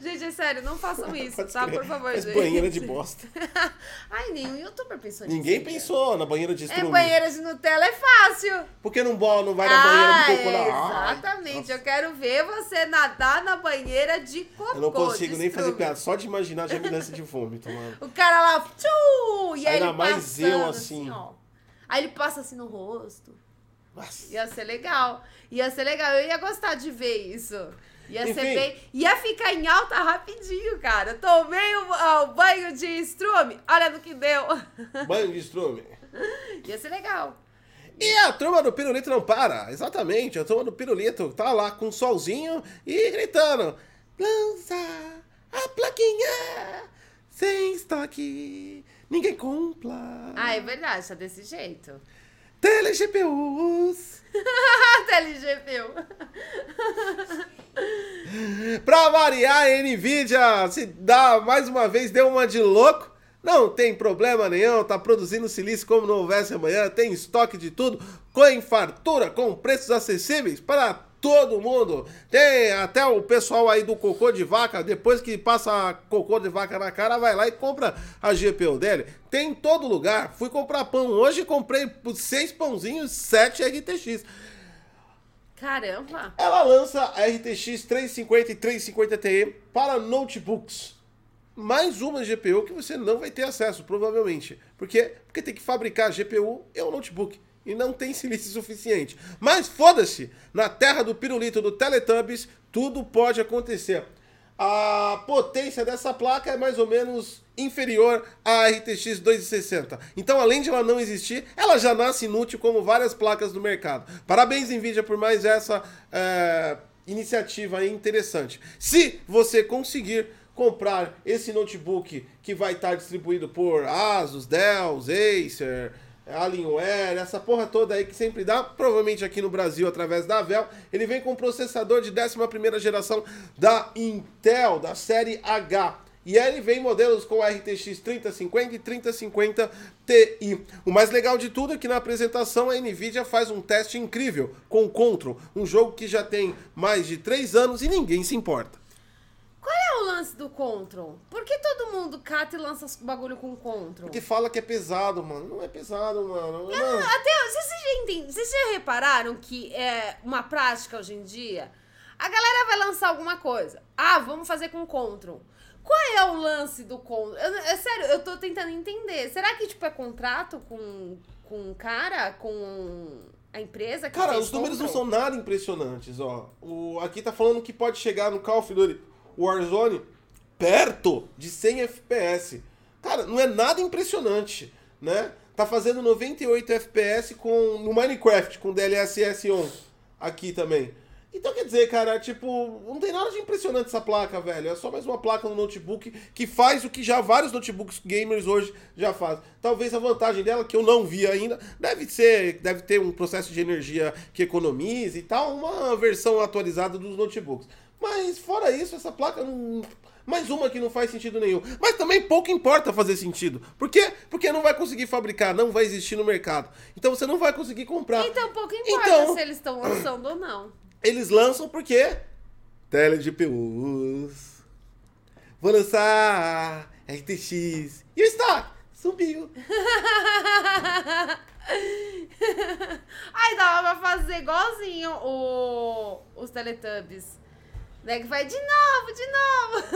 Gente, é sério, não façam isso, Pode tá? crer. Por favor, Mas gente. banheira de bosta. Ai, nenhum youtuber pensou nisso. Ninguém né? pensou na banheira de É estrume. banheira de Nutella, é fácil. Por que não, bo- não vai na banheira de cocô? Ah, é, lá? Ai, exatamente. nossa, Eu quero ver você nadar na banheira de cocô. Eu não consigo de nem fazer estrume. piada. Só de imaginar já me dança de vômito, mano. O cara lá, tchum, e aí Ainda ele mais passando, eu, assim. ó. Aí ele passa assim no rosto. Nossa. Ia ser legal. Ia ser legal. Eu ia gostar de ver isso. Ia ser Enfim. bem. Ia ficar em alta rapidinho, cara. Tomei o, ó, o banho de estrume. Olha no que deu. Banho de estrume. Ia ser legal. E a turma do Pirulito não para, exatamente, a turma do Pirulito tá lá com um solzinho e gritando: Lança a plaquinha sem que ninguém compra. Ah, é verdade, tá desse jeito. TeleGPUs. TLGPU. Pra variar, a Nvidia se dá mais uma vez, deu uma de louco. Não tem problema nenhum, tá produzindo silício como não houvesse amanhã, tem estoque de tudo, com fartura, com preços acessíveis para todo mundo. Tem até o pessoal aí do cocô de vaca, depois que passa cocô de vaca na cara, vai lá e compra a GPU dele. Tem em todo lugar. Fui comprar pão hoje, comprei seis pãozinhos, sete RTX. Caramba. Ela lança a RTX 350 e 350 Ti para notebooks. Mais uma GPU que você não vai ter acesso, provavelmente. Por quê? Porque tem que fabricar a GPU e o notebook. E não tem silício suficiente. Mas foda-se! Na terra do pirulito do Teletubbies, tudo pode acontecer. A potência dessa placa é mais ou menos inferior à RTX 260. Então, além de ela não existir, ela já nasce inútil como várias placas do mercado. Parabéns, Nvidia, por mais essa eh, iniciativa aí interessante. Se você conseguir comprar esse notebook que vai estar distribuído por Asus, Dell, Acer, Alienware, essa porra toda aí que sempre dá, provavelmente aqui no Brasil através da Avel, ele vem com um processador de 11ª geração da Intel, da série H. E aí ele vem modelos com RTX 3050 e 3050 Ti. O mais legal de tudo é que na apresentação a Nvidia faz um teste incrível com o Control, um jogo que já tem mais de 3 anos e ninguém se importa. Qual é o lance do Control? Por que todo mundo cata e lança os bagulho com Control? Porque fala que é pesado, mano. Não é pesado, mano. Eu não- Não. até vocês já, entendem, vocês já repararam que é uma prática hoje em dia? A galera vai lançar alguma coisa. Ah, vamos fazer com Control. Qual é o lance do Control? Eu- é sério, eu tô tentando entender. Será que tipo é contrato com com o cara, com a empresa que Cara, fez os números não Control? são nada impressionantes, ó. O, aqui tá falando que pode chegar no Call of Duty Warzone perto de 100 FPS. Cara, não é nada impressionante, né? Tá fazendo 98 FPS com, no Minecraft, com DLSS 11 aqui também. Então quer dizer, cara, tipo, não tem nada de impressionante essa placa, velho. É só mais uma placa no notebook que faz o que já vários notebooks gamers hoje já fazem. Talvez a vantagem dela, que eu não vi ainda, deve ser, deve ter um processo de energia que economize e tal, uma versão atualizada dos notebooks. Mas fora isso, essa placa não. Mais uma que não faz sentido nenhum. Mas também pouco importa fazer sentido. Por quê? Porque não vai conseguir fabricar, não vai existir no mercado. Então você não vai conseguir comprar. Então pouco importa Então- se eles estão lançando ou não. Eles lançam porque. Tele GPUs. Vou lançar RTX. E o estoque subiu. Ai, dava pra fazer igualzinho o, os Teletubbies. Né, que vai de novo, de novo.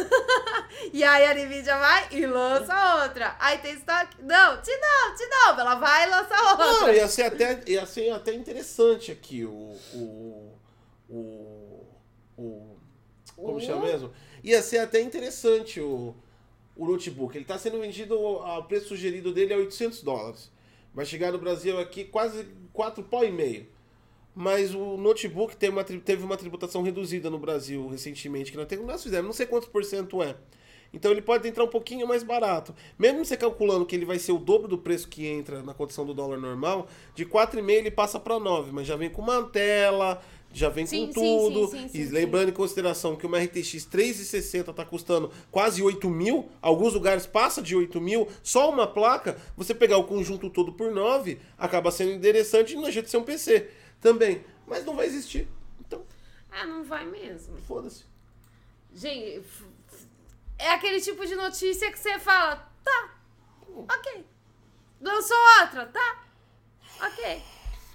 e aí a Nvidia vai e lança outra. Aí tem estoque. Não, de novo, de novo. Ela vai e lança Não, outra. ia ser até, ia ser até interessante aqui o. O. O. o como O? chama mesmo? Ia ser até interessante o, o notebook. Ele tá sendo vendido, o preço sugerido dele é 800 dólares. Vai chegar no Brasil aqui quase 4 pau e meio. Mas o notebook tem uma tri- teve uma tributação reduzida no Brasil recentemente, que nós, temos- nós fizemos, não sei quantos por cento é. Então ele pode entrar um pouquinho mais barato. Mesmo você calculando que ele vai ser o dobro do preço que entra na condição do dólar normal, de 4,5 ele passa para 9, mas já vem com mantela, já vem Sim, com sim, tudo. sim, sim, e sim, lembrando em consideração que uma RTX 360 está tá custando quase 8 mil, alguns lugares passa de 8 mil, só uma placa, você pegar o conjunto todo por 9, acaba sendo interessante e não deixa de ser um PC também. Mas não vai existir. Então, Ah, não vai mesmo. foda-se. Gente, f- f- é aquele tipo de notícia que você fala, tá, ok. Lançou outra, tá, ok. É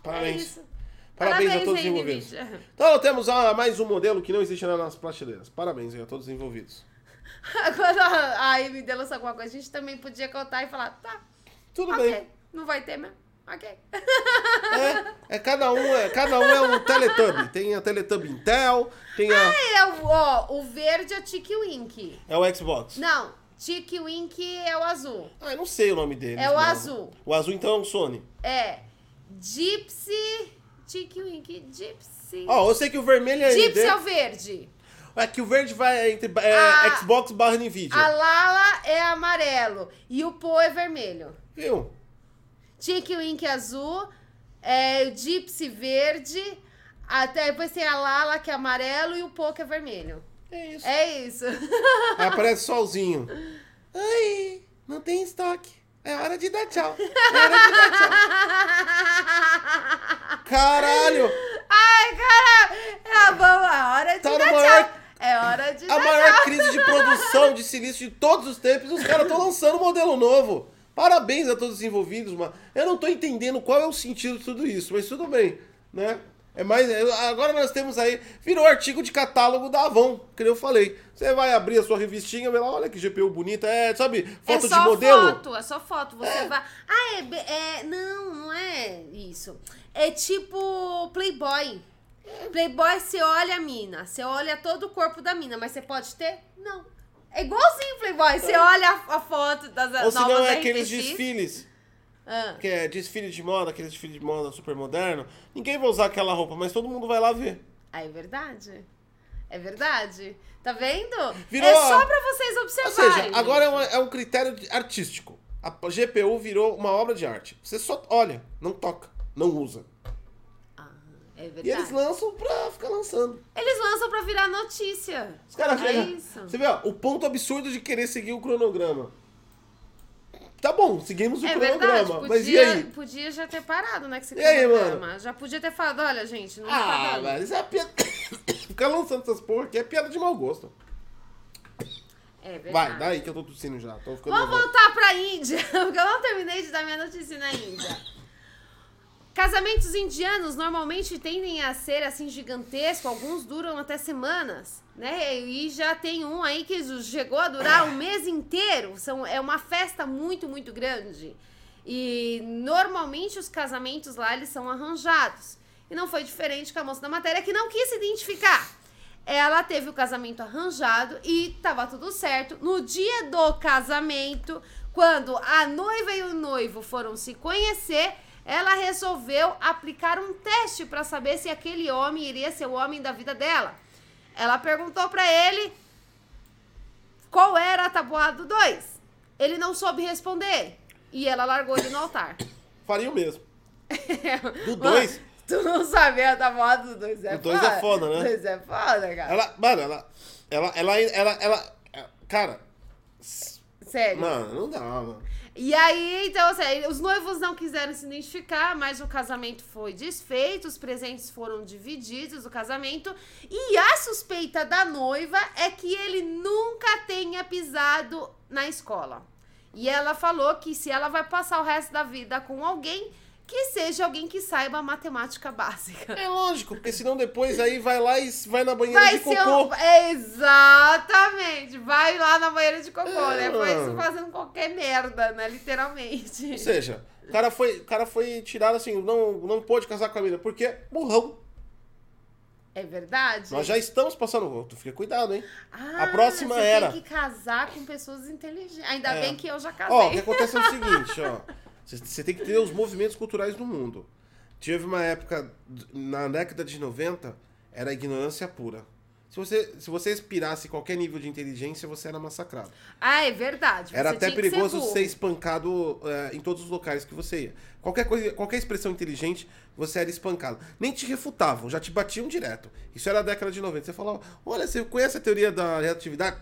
Parabéns. isso. Parabéns, a todos os aí, envolvidos. Nvidia. Então nós temos ah, mais um modelo que não existe na- nas prateleiras. Parabéns aí a todos os envolvidos. Quando a AMD lançou alguma coisa, a gente também podia contar e falar, tá, Tudo ok, bem. não vai ter mesmo, ok. É, é cada um é cada um é um Teletubby. Tem a Teletubby Intel, tem a É o, ó, o verde é o Tiki Wink. é o Xbox. Não, Tiki Wink é o azul. Ah, eu não sei o nome dele. É o azul. O azul então é um Sony. É Gypsy, Tiki Wink, Gypsy. Ó, eu sei que o vermelho é AMD. Gypsy é o verde. É que o verde vai entre é, Ah. Xbox barra Nvidia. A Lala é amarelo e o Po é vermelho. Viu? Tiki Wink é azul, é, o Gypsy verde, até depois tem a Lala que é amarelo e o Po que é vermelho. É isso. É isso. Aí aparece solzinho. Ai, não tem estoque. É hora de dar tchau. É hora de dar tchau. Caralho! Ai, cara, é, vamos, é hora de Tá no dar maior- tchau. É hora de A dar maior crise de produção de silício de todos os tempos, os caras estão lançando um modelo novo. Parabéns a todos os envolvidos, mano. Eu não tô entendendo qual é o sentido de tudo isso, mas tudo bem, né? É mais. é- Agora nós temos aí. Virou artigo de catálogo da Avon, que nem eu falei. Você vai abrir a sua revistinha, vai lá, olha que GPU bonita, é, sabe? Foto é só de modelo. foto, é só foto. Você vai. Ah, é, be- é. Não, não é isso. É tipo Playboy. Playboy, você olha a mina, você olha todo o corpo da mina, mas você pode ter? Não. É igualzinho Playboy, você olha a, a foto das Ou novas se não é aqueles RPX. desfiles. Ah. Que é desfile de moda, aqueles desfile de moda super moderno. Ninguém vai usar aquela roupa, mas todo mundo vai lá ver. Ah, é verdade. É verdade. Tá vendo? Virou é a- só pra vocês Ou observarem. seja, agora é um, é um critério de- artístico. A GPU virou uma obra de arte. Você só olha, não toca, não usa. Ah, é verdade. E eles Eles, lançam pra ficar lançando. lançam pra virar notícia. Os caras é chegam- isso. Você vê, ó, o ponto absurdo de querer seguir o cronograma. Tá bom, seguimos o É cronograma, verdade, mas e podia, aí? podia já ter parado, né? Que você E aí, cronograma. Já podia ter falado, olha, gente, não tá Ah, dando. mas isso é piada. ficar lançando essas porra aqui é piada de mau gosto. É verdade. Vai, daí que eu tô tossindo já. Tô ficando Vamos nervoso. voltar pra Índia, porque eu não terminei de dar minha notícia na Índia. Casamentos indianos normalmente tendem a ser assim gigantesco, alguns duram até semanas, né? E já tem um aí que ju- chegou a durar um mês inteiro. São, é uma festa muito, muito grande. E normalmente os casamentos lá eles são arranjados. E não foi diferente com a moça da matéria que não quis se identificar. Ela teve o casamento arranjado e tava tudo certo. No dia do casamento, quando a noiva e o noivo foram se conhecer, ela resolveu aplicar um teste para saber se aquele homem iria ser o homem da vida dela. Ela perguntou para ele qual era a tabuada do dois. Ele não soube responder e ela largou ele no altar. Faria o mesmo. Do dois? Mano, Tu não sabia a tabuada do dois, é Do dois é foda, né? Dois é foda, cara. Ela, mano, ela, ela, ela, ela, ela, ela- cara, Sério. mano, não dá, mano. E aí, então, assim, os noivos não quiseram se identificar, mas o casamento foi desfeito, os presentes foram divididos, o casamento. E a suspeita da noiva é que ele nunca tenha pisado na escola. E ela falou que se ela vai passar o resto da vida com alguém, que seja alguém que saiba a matemática básica. É lógico, porque senão depois aí vai lá e s- vai na banheira Vai de ser cocô. um... Exatamente! Vai lá na banheira de cocô, né? Vai Ah. fazendo qualquer merda, né? Literalmente. Ou seja, o cara foi, o cara foi tirado assim, não, não pôde casar com a mina, porque burrão. É verdade? Nós já estamos passando, tu fica cuidado, hein. Ah, A próxima você era. tem que casar com pessoas inteligentes. Ainda É. Tá bem que eu já Ó, o que casei. acontece é o seguinte, ó. Você- Você tem que ter os movimentos culturais no mundo. Teve uma época, d- na década de 90, era ignorância pura. Se você, se você expirasse qualquer nível de inteligência, você era massacrado. Ah, é verdade. Era você até tinha que perigoso burro. ser, espancado eh, em todos os locais que você ia. Qualquer, coisa, qualquer expressão inteligente, você era espancado. Nem te refutavam, já te batiam direto. Isso era a década de 90. Você falava, olha, você conhece a teoria da relatividade?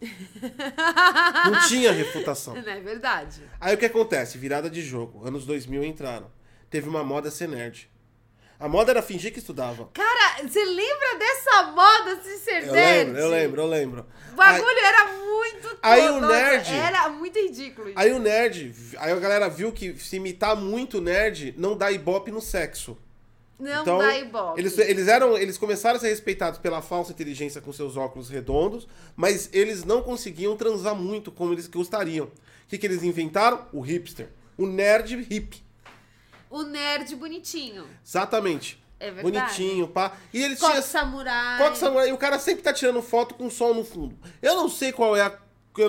Não tinha refutação. Não é verdade? Aí o que acontece? Virada de jogo. Anos 2000 entraram. Teve uma moda ser nerd. A moda era fingir que estudava. Cara, você lembra dessa moda de ser Eu nerd? lembro, eu lembro, eu lembro. O bagulho era muito Aí todo, o nossa, nerd- Era muito ridículo. Aí o nerd, aí a galera viu que se imitar muito nerd não dá ibope no sexo. Não dá ibope. então, Eles, eles eram, eles começaram a ser respeitados pela falsa inteligência com seus óculos redondos, mas eles não conseguiam transar muito como eles gostariam. O que, que eles inventaram? O hipster. O nerd hip. O nerd bonitinho. Exatamente. É verdade. Bonitinho, pá. E eles Coque tinham. samurai. Coque samurai. E o cara sempre tá tirando foto com o sol no fundo. Eu não sei qual é a,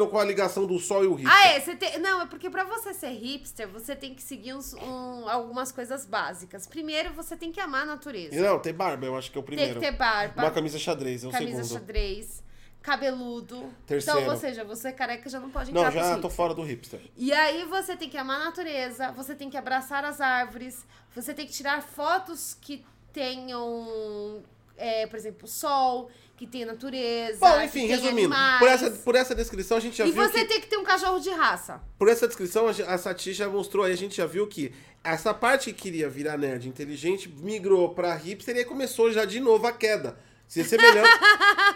qual é a ligação do sol e o hipster. Ah, é? Você tem... Não, é porque pra você ser hipster, você tem que seguir uns- um- algumas coisas básicas. Primeiro, você tem que amar a natureza. Não, tem barba, eu acho que é o primeiro. Tem que ter barba, Uma camisa xadrez, é o camisa segundo. xadrez, cabeludo. Terceiro. Então, ou seja, você careca já não pode entrar Não, pros já tô hippies. fora do hipster. E aí você tem que amar a natureza, você tem que abraçar as árvores, você tem que tirar fotos que tenham, é, por exemplo, sol, que tenha natureza. Bom, que enfim, tenha resumindo. animais. Por essa, por essa descrição, a gente já é e viu você que... tem que ter um cachorro de raça. Por essa descrição, a ge- a Sati já mostrou aí, a gente já viu que essa parte que queria virar nerd inteligente migrou pra hipster e aí começou já de novo a queda. Se semelhante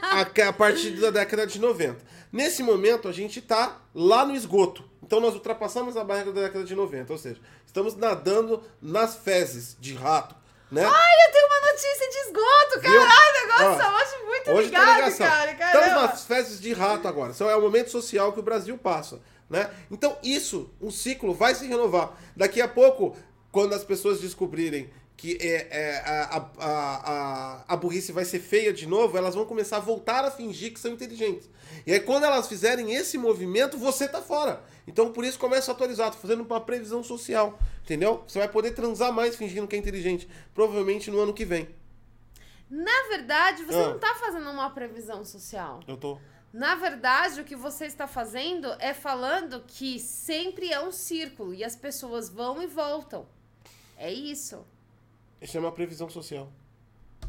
a, ca- a partir da década de 90. Nesse momento, a gente tá lá no esgoto. Então, nós ultrapassamos a barreira da década de 90. Ou seja, estamos nadando nas fezes de rato, né? Ai, eu tenho uma notícia de esgoto, Viu? caralho, o negócio Ó, tá hoje muito Hoje tá ligado, ligação. cara, Estamos caramba. nas fezes de rato agora. Isso é o momento social que o Brasil passa, né? Então, isso, o ciclo vai se renovar. Daqui a pouco, quando as pessoas descobrirem que é, é, a, a, a, a- a burrice vai ser feia de novo, elas vão começar a voltar a fingir que são inteligentes. E aí, quando elas fizerem esse movimento, você tá fora. Então, por isso, começa a atualizar. Tô fazendo uma previsão social, entendeu? Você vai poder transar mais fingindo que é inteligente. Provavelmente no ano que vem. Na verdade, você Ah. não tá fazendo uma previsão social. Eu tô... Na verdade, o que você está fazendo é falando que sempre é um círculo e as pessoas vão e voltam. É isso. Isso é uma previsão social.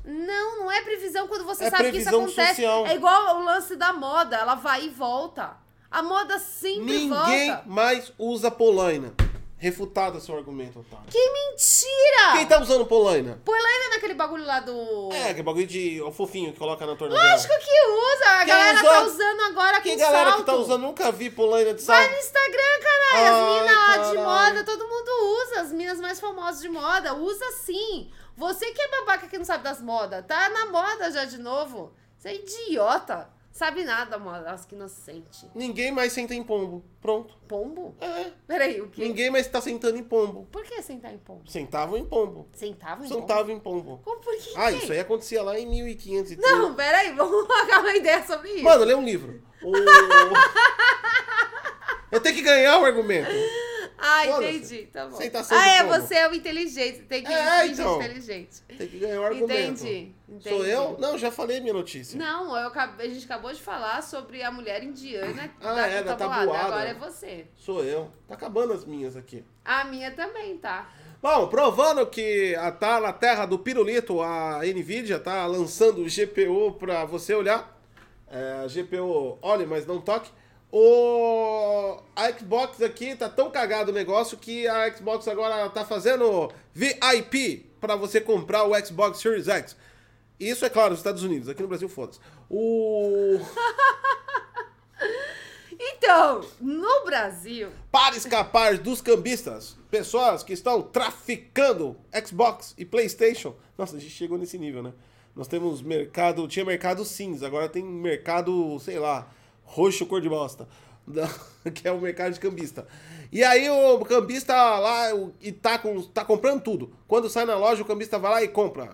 Não, não é previsão quando você É sabe que isso previsão acontece. social. É igual o lance da moda, ela vai e volta. A moda sempre Ninguém volta. mais usa polaina. Refutado seu argumento, Otávio. Que mentira! Quem tá usando polaina? Põe lá ainda naquele bagulho lá do. É, que bagulho de ó, fofinho que coloca na tornozela. Lógico que usa! A Quem galera usou? tá usando agora que com galera salto. que tá usando, nunca vi polaina de Vai salto. no Instagram, caralho. As Ai, minas lá de caralho. moda, todo mundo usa. As minas mais famosas de moda, usa sim. Você que é babaca que não sabe das modas, tá na moda já de novo. Você é idiota. Sabe nada, moda. Nossa, que inocente. Ninguém mais senta em pombo. Pronto. Pombo? É. Peraí, o quê? Ninguém mais tá sentando em pombo. Por que sentar em pombo? Sentavam em pombo. Sentava em pombo? Sentavam em pombo. Como por que? Ah, isso aí acontecia lá em 1500 e tudo. Não, peraí, vamos trocar uma ideia sobre isso. Mano, lê um livro. O- Eu tenho que ganhar o argumento. ah, foda-se. entendi. Tá bom. Sentação Ah, de é, pombo. você é o inteligente. Tem que É, fingir então. inteligente. Tem que ganhar o argumento. Entendi. entendi. Sou eu? Não, já falei minha notícia. Não, eu acabei- a gente acabou de falar sobre a mulher indiana Ah, da, é, da da tabuada. tabuada. Agora é você. Sou eu. Tá acabando as minhas aqui. A minha também, tá? Bom, provando que a, tá na terra do pirulito, a NVIDIA tá lançando o GPU pra você olhar. É, GPU, olhe, mas não toque. O, a Xbox aqui tá tão cagado o negócio que a Xbox agora tá fazendo VIP pra você comprar o Xbox Series X. Isso é claro, nos Estados Unidos. Aqui no Brasil, foda-se. O... Então, no Brasil, para escapar dos cambistas, pessoas que estão traficando Xbox e PlayStation. Nossa, a gente chegou nesse nível, né? Nós temos mercado, tinha mercado cinza, agora tem mercado, sei lá, roxo cor de bosta, da- que é o mercado de cambista. E aí o cambista lá o- e tá, com, tá comprando tudo. Quando sai na loja, o cambista vai lá e compra,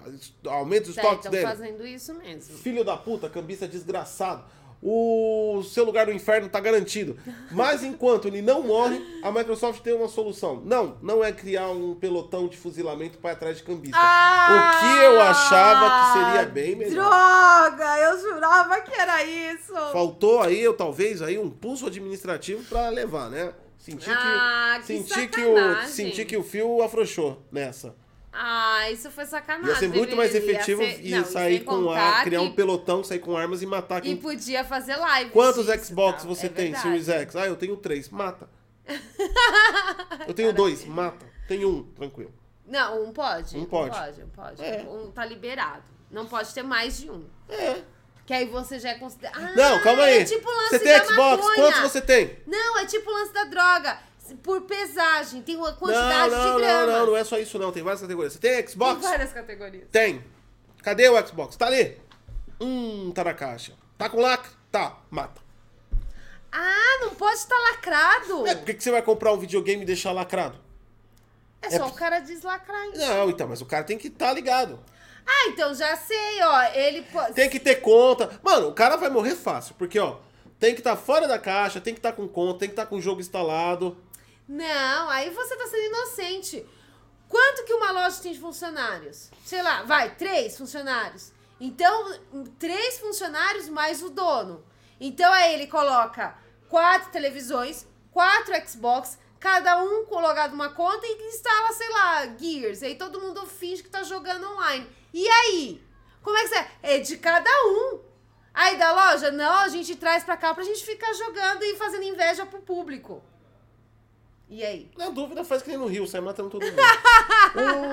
aumenta os estoques estão dele. fazendo isso mesmo. Filho da puta, cambista desgraçado. O seu lugar no inferno tá garantido. Mas enquanto ele não morre, a Microsoft tem uma solução. Não, não é criar um pelotão de fuzilamento para atrás de cambista. Ah, o que eu achava que seria bem melhor. Droga, eu jurava que era isso. Faltou aí, eu talvez, aí um pulso administrativo para levar, né? Senti que, Ah, que senti que o sacanagem. senti que o fio afrouxou nessa. Ah, isso foi sacanagem. Ia ser muito mais deveria efetivo ser- e Não, sair sem com contar ar, criar um que- pelotão, sair com armas e matar E quem podia fazer live. Quantos disso, Xbox tá? você É tem, verdade. Series X? Ah, eu tenho três. Mata. eu tenho dois. Mata. Tenho um. Tranquilo. Não, um pode. Um pode. Um pode, um pode. É. Um tá liberado. Não pode ter mais de um. É. Que aí você já é considerado. Ah, Não, calma aí. É tipo o lance você tem da Xbox? maconha. Quantos você tem? Não, é tipo o lance da droga. Por pesagem, tem uma Não, quantidade não, de não, gramas. não. Não é só isso, não. Tem várias categorias. Você tem Xbox? Tem várias categorias. Tem. Cadê o Xbox? Tá ali. Hum, tá na caixa. Tá com lacre? Tá. Mata. Ah, não pode estar lacrado. É, por que que você vai comprar um videogame e deixar lacrado? É só o cara deslacrar. hein? Não, então, mas o cara tem que estar ligado. Ah, então já sei, ó. Ele pode. Tem que ter conta. Mano, o cara vai morrer fácil, porque, ó, tem que estar fora da caixa, tem que estar com conta, tem que estar com o jogo instalado. Não, aí você tá sendo inocente. Quanto que uma loja tem de funcionários? Sei lá, vai, três funcionários. Então, três funcionários mais o dono. Então aí ele coloca quatro televisões, quatro Xbox, cada um colocado uma conta e instala, sei lá, Gears. Aí todo mundo finge que tá jogando online. E aí? Como é que você. É de cada um. Aí da loja, não, a gente traz pra cá pra gente ficar jogando e fazendo inveja pro público. E aí? Na dúvida, faz que nem no Rio, sai matando todo mundo.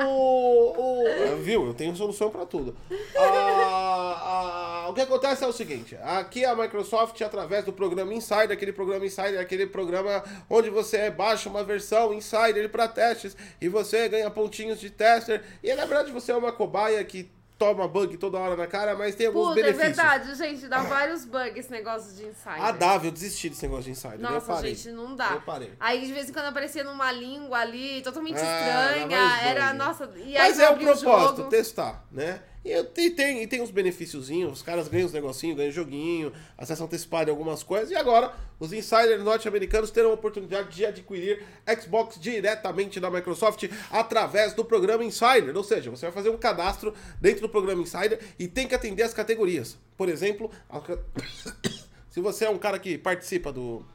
o, o- viu? Eu tenho solução pra tudo. Ah, ah, o que acontece é o seguinte: aqui a Microsoft, através do programa Insider, aquele programa Insider, aquele programa onde você baixa uma versão Insider pra testes e você ganha pontinhos de tester. E na verdade, você é uma cobaia que toma bug toda hora na cara, mas tem alguns Puta, é benefícios. verdade, gente. Dá vários bugs esse negócio de insider. Ah, dava, eu desisti desse negócio de Insider. eu Nossa, parei. gente, não dá. Eu parei. Aí de vez em quando aparecia numa língua ali, totalmente Ah, estranha. dava Era, vários nossa. E aí Mas você é o abria propósito, jogo. testar, né? E, eu- e tem, e tem uns benefíciozinhos, os caras ganham os negocinhos, ganham joguinho, acesso antecipado em algumas coisas. E agora, os insiders norte-americanos terão a oportunidade de adquirir Xbox diretamente da Microsoft através do programa Insider. Ou seja, você vai fazer um cadastro dentro do programa Insider e tem que atender as categorias. Por exemplo, a ca- se você é um cara que participa do...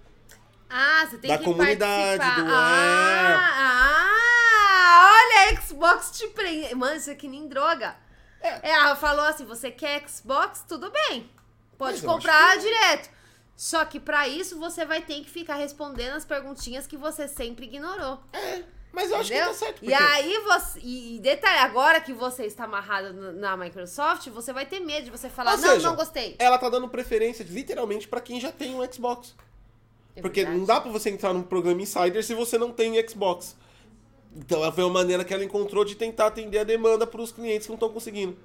Ah, você tem da que comunidade, participar. do- ah, ah, olha, a Xbox te prende. Mano, isso é que nem droga. É. Ela falou assim: você quer Xbox? Tudo bem. Pode Mas eu comprar direto. Só que pra isso você vai ter que ficar respondendo as perguntinhas que você sempre ignorou. Mas eu acho Entendeu? que tá certo. E aí você. E, e detalhe, agora que você está amarrado no- na Microsoft, você vai ter medo de você falar, Ou não, seja, não gostei. ela tá dando preferência literalmente pra quem já tem um Xbox. É Porque verdade. não dá pra você entrar num programa Insider se você não tem Xbox. Então ela foi uma maneira que ela encontrou de tentar atender a demanda pros clientes que não estão conseguindo.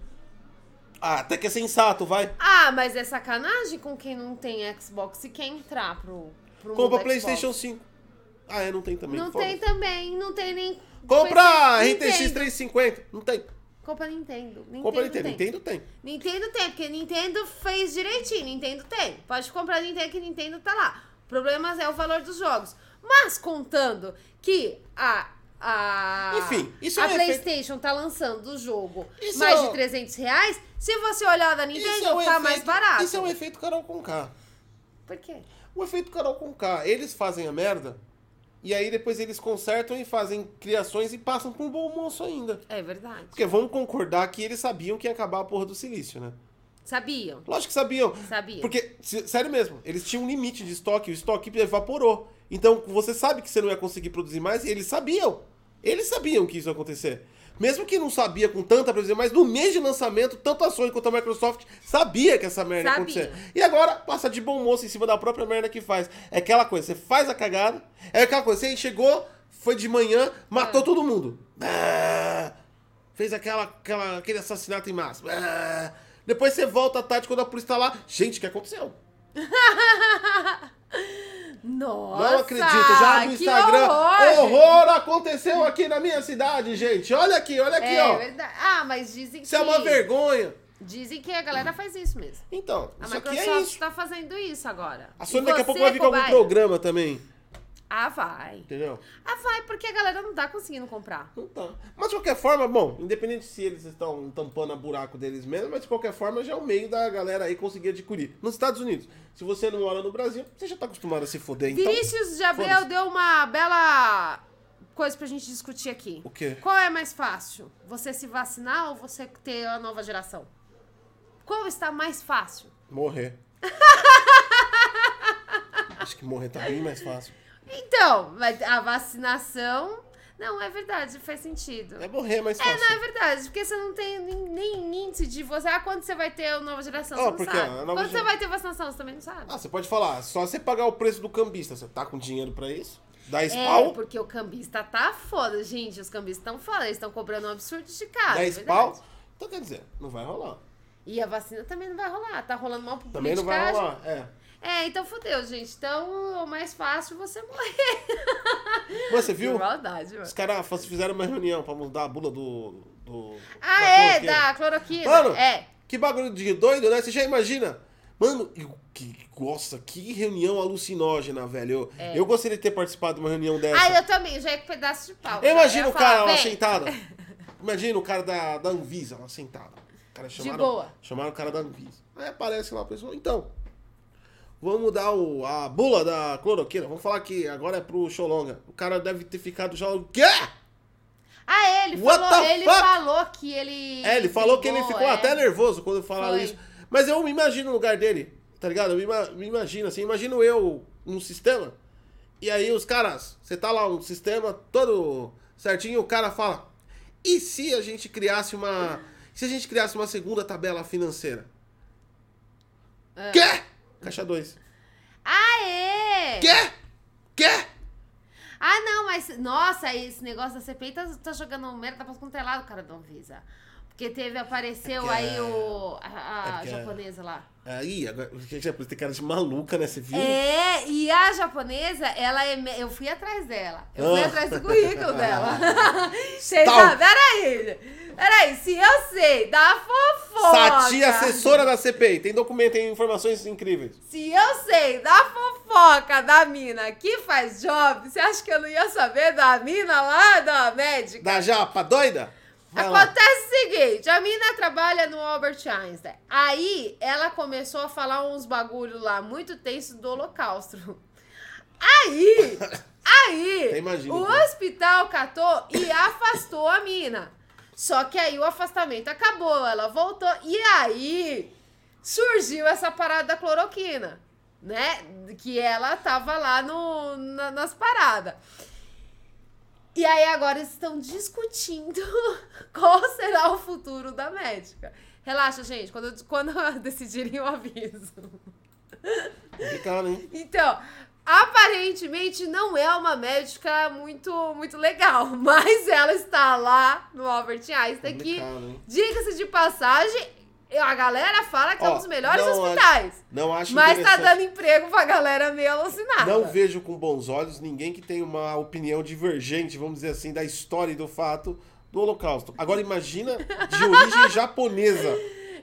Ah, até que é sensato, vai. Ah, mas é sacanagem com quem não tem Xbox e quer entrar pro, pro Compra mundo PlayStation Xbox. 5. Ah, é, não tem também. Não foda-se. tem também, não tem nem... Compra Nintendo. RTX 350. Não tem. Compra Nintendo. Nintendo Compra Nintendo. tem. Nintendo tem. Nintendo tem, porque Nintendo fez direitinho, Nintendo tem. Pode comprar Nintendo que Nintendo tá lá. O problema é o valor dos jogos. Mas contando que a. a Enfim, isso a é um efeito- PlayStation tá lançando o jogo Isso mais é um- é de 300 reais. Se você olhar o da Nintendo, tá efeito- mais barato. Isso é um efeito Carol com K. Por quê? O efeito Carol com K, eles fazem a merda e aí depois eles consertam e fazem criações e passam por um bom moço ainda. É verdade. Porque vamos concordar que eles sabiam que ia acabar a porra do silício, né? Sabiam? Lógico que sabiam. Sabiam. Porque, se- sério mesmo, eles tinham um limite de estoque, o estoque evaporou. Então você sabe que você não ia conseguir produzir mais e eles sabiam. Eles sabiam que isso ia acontecer. Mesmo que não sabia com tanta previsão, mas no mês de lançamento, tanto a Sony quanto a Microsoft sabia que essa merda ia Sabia. acontecer. E agora passa de bom moço em cima da própria merda que faz. É aquela coisa, você faz a cagada, é aquela coisa, você chegou, foi de manhã, matou É. todo mundo. Ah, fez aquela, aquela, aquele assassinato em massa. Ah, depois você volta à tarde quando a polícia tá lá. Gente, o que aconteceu? Nossa! Não acredito, já no que Instagram. horror! horror aconteceu aqui na minha cidade, gente. Olha aqui, olha aqui, é ó. verdade. Ah, mas dizem Isso é que. uma vergonha. Dizem que a galera faz isso mesmo. Então, A isso aqui Microsoft é isso. tá fazendo isso agora. A Sony E daqui a pouco você, vai vir com algum cobaia? programa também. Ah, vai. Entendeu? Ah, vai, porque a galera não tá conseguindo comprar. Não tá. Mas de qualquer forma, bom, independente se eles estão tampando a buraco deles mesmo, mas de qualquer forma já é o meio da galera aí conseguir adquirir. Nos Estados Unidos, se você não mora no Brasil, você já tá acostumado a se foder, então. Vinícius de Abreu foda-se. deu uma bela coisa pra gente discutir aqui. O quê? Qual é mais fácil? Você se vacinar ou você ter a nova geração? Qual está mais fácil? Morrer. Acho que morrer tá bem mais fácil. Então, mas a vacinação. Não, é verdade, faz sentido. É morrer mais fácil. É, não, é verdade, porque você não tem nem, nem índice de você. Ah, quando você vai ter a nova geração? Ó, você Ah, não porque sabe. a nova Quando você gera- vai ter vacinação? Você também não sabe. Ah, você pode falar, só você pagar o preço do cambista. Você tá com dinheiro pra isso? Dá É, spawn? porque o cambista tá foda, gente. Os cambistas estão foda, eles estão cobrando um absurdo de cara. é Dá verdade. spawn? Então quer dizer, não vai rolar. E a vacina também não vai rolar, tá rolando mal pro Também não vai politicagem. rolar. É. É, então fodeu, gente. Então, o mais fácil você morrer. Você viu? Que maldade, Os mano. caras faz- fizeram uma reunião pra mudar a bula do. do Ah, da é, cloroquina. da cloroquina. Mano, É. que bagulho de doido, né? Você já imagina? Mano, eu- que, nossa, que reunião alucinógena, velho. Eu, eu gostaria de ter participado de uma reunião dessa. Ah, É. eu também, já ia com pedaço de pau. Eu imagino ia o cara falar, lá "Vem." sentado. Imagina o cara da, da Anvisa lá sentado. O Cara, chamaram, boa. Chamaram o cara da Anvisa. Aí aparece lá a pessoa. Então, Vamos mudar o, a bula da cloroquina. Vamos falar que agora é pro Xolonga. O cara deve ter ficado já. O quê? Ah, ele What falou, the ele fuck? falou que ele. É, ele falou que ele brigou, ficou é. até nervoso quando falaram Foi. isso. Mas eu me imagino no lugar dele, tá ligado? Eu me, ima- me imagino assim, imagino eu num sistema, e aí os caras, você tá lá um sistema todo certinho, o cara fala, e se a gente criasse uma, e se a gente criasse uma segunda tabela financeira? É. Quê? Caixa 2. Ah, Aê! Quê? Quê? Ah, não, mas. Nossa, esse negócio da CPI tá, tá jogando merda pra quanto é lado, cara da Anvisa. Porque teve, apareceu porque aí é- o. é A, a porque é- japonesa lá. Aí, agora, tem cara de maluca, né? Você viu? É, e a japonesa, ela é. me- Eu fui atrás dela. Eu fui Ah. atrás do currículo dela. Vocês Stalk. sabem? Peraí. Peraí, se eu sei da fofoca. Sati, assessora da CPI. Tem documento, tem informações incríveis. Se eu sei da fofoca da mina que faz job, você acha que eu não ia saber da mina lá da médica? Da japa, doida? Vai lá. Acontece o seguinte, a mina trabalha no Albert Einstein. Aí ela começou a falar uns bagulho lá muito tenso do Holocausto. Aí, Até aí, imagino, o cara. hospital catou e afastou a mina. Só que aí o afastamento acabou, ela voltou e aí surgiu essa parada da cloroquina, né? Que ela tava lá no, na- nas paradas. E aí agora eles estão discutindo qual será o futuro da médica. Relaxa, gente, quando, eu- quando eu decidirem eu aviso. Complicado, hein? Então, aparentemente não é uma médica muito, muito legal, mas ela está lá no Albert Einstein que, Complicado, hein? diga-se de passagem, a galera fala que é Ó, um dos melhores não hospitais. Não acho Mas tá interessante. dando emprego pra galera meio alucinada. Não vejo com bons olhos ninguém que tem uma opinião divergente, vamos dizer assim, da história e do fato do Holocausto. Agora imagina de origem japonesa.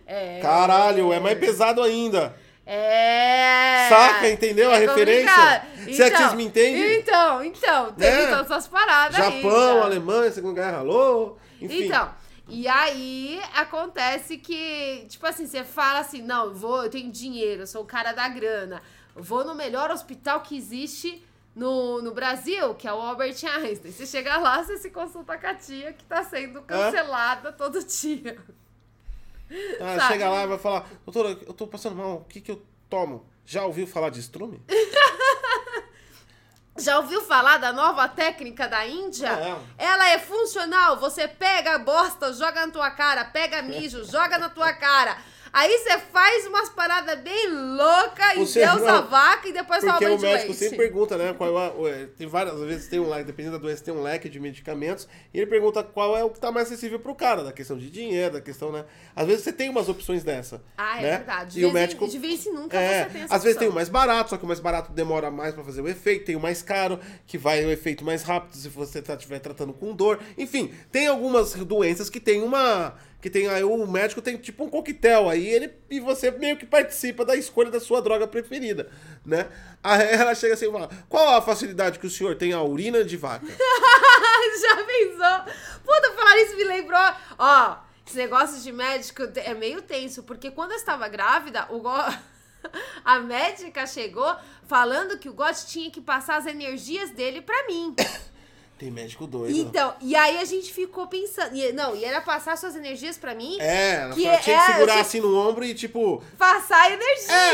É. Caralho, é mais pesado ainda. É. Saca, entendeu a referência? complicado. Se é que vocês me entendem? Então, então, tem Né? todas essas paradas aí. Japão, Alemanha, Segunda Guerra, alô? Enfim. Então, e aí acontece que, tipo assim, você fala assim, não, eu vou, eu tenho dinheiro, eu sou o cara da grana, eu vou no melhor hospital que existe no, no Brasil, que é o Albert Einstein. Você chega lá, você se consulta com a tia que tá sendo cancelada todo dia. Ah, Sabe? chega lá e vai falar, doutora, eu tô passando mal, o que que eu tomo? Já ouviu falar de estrume? Já ouviu falar da nova técnica da Índia? Não. Ela é funcional. Você pega a bosta, joga na tua cara, pega mijo, joga na tua cara. Aí você faz umas paradas bem loucas, Você endeusa não- a vaca e depois toma Porque banho o de médico leite. sempre pergunta, né? Qual é, o- é, tem várias vezes tem um leque, dependendo da doença, tem um leque de medicamentos, e ele pergunta qual é o que tá mais acessível pro cara, da questão de dinheiro, da questão, né? Às vezes você tem umas opções dessa. Ah, é né? verdade. E o De vez em- médico. De vez em nunca É, você tem essa às vezes tem opção. o mais barato, só que o mais barato demora mais pra fazer o efeito, tem o mais caro, que vai o efeito mais rápido se você tá, estiver tratando com dor. Enfim, tem algumas doenças que tem uma. que tem aí o médico tem tipo um coquetel aí, ele e você meio que participa da escolha da sua droga preferida, né? Aí ela chega assim e fala: qual a facilidade que o senhor tem a urina de vaca? Já pensou? Puta, falar isso me lembrou. Ó, esse negócio de médico te- é meio tenso, porque quando eu estava grávida, o Go- a médica chegou falando que o Got tinha que passar as energias dele pra mim. Tem médico doido. Então, e aí a gente ficou pensando. e- não, e era passar suas energias pra mim, é, ela que fala, tinha que é- segurar eu- assim no ombro e tipo. passar É, tá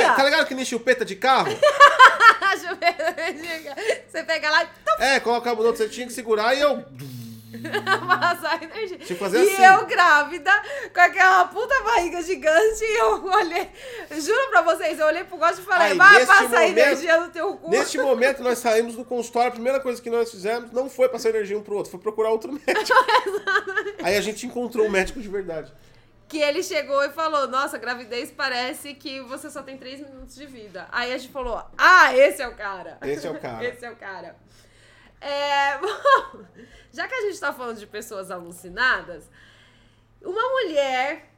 energia. ligado que nem chupeta de carro? Você pega lá e é, coloca a bunda, você tinha que segurar e eu. passar energia. Tinha que fazer e assim. eu grávida, com aquela puta barriga gigante, e eu olhei. Juro pra vocês, eu olhei pro gosto e falei, Aí, vai neste passar momento- energia no teu cu. Neste momento, nós saímos do consultório. A primeira coisa que nós fizemos não foi passar energia um pro outro, foi procurar outro médico. Aí a gente encontrou um médico de verdade. Que ele chegou e falou: Nossa, gravidez parece que você só tem três minutos de vida. Aí a gente falou: Ah, esse é o cara. Esse é o cara. esse é o cara. É, bom, já que a gente tá falando de pessoas alucinadas, uma mulher,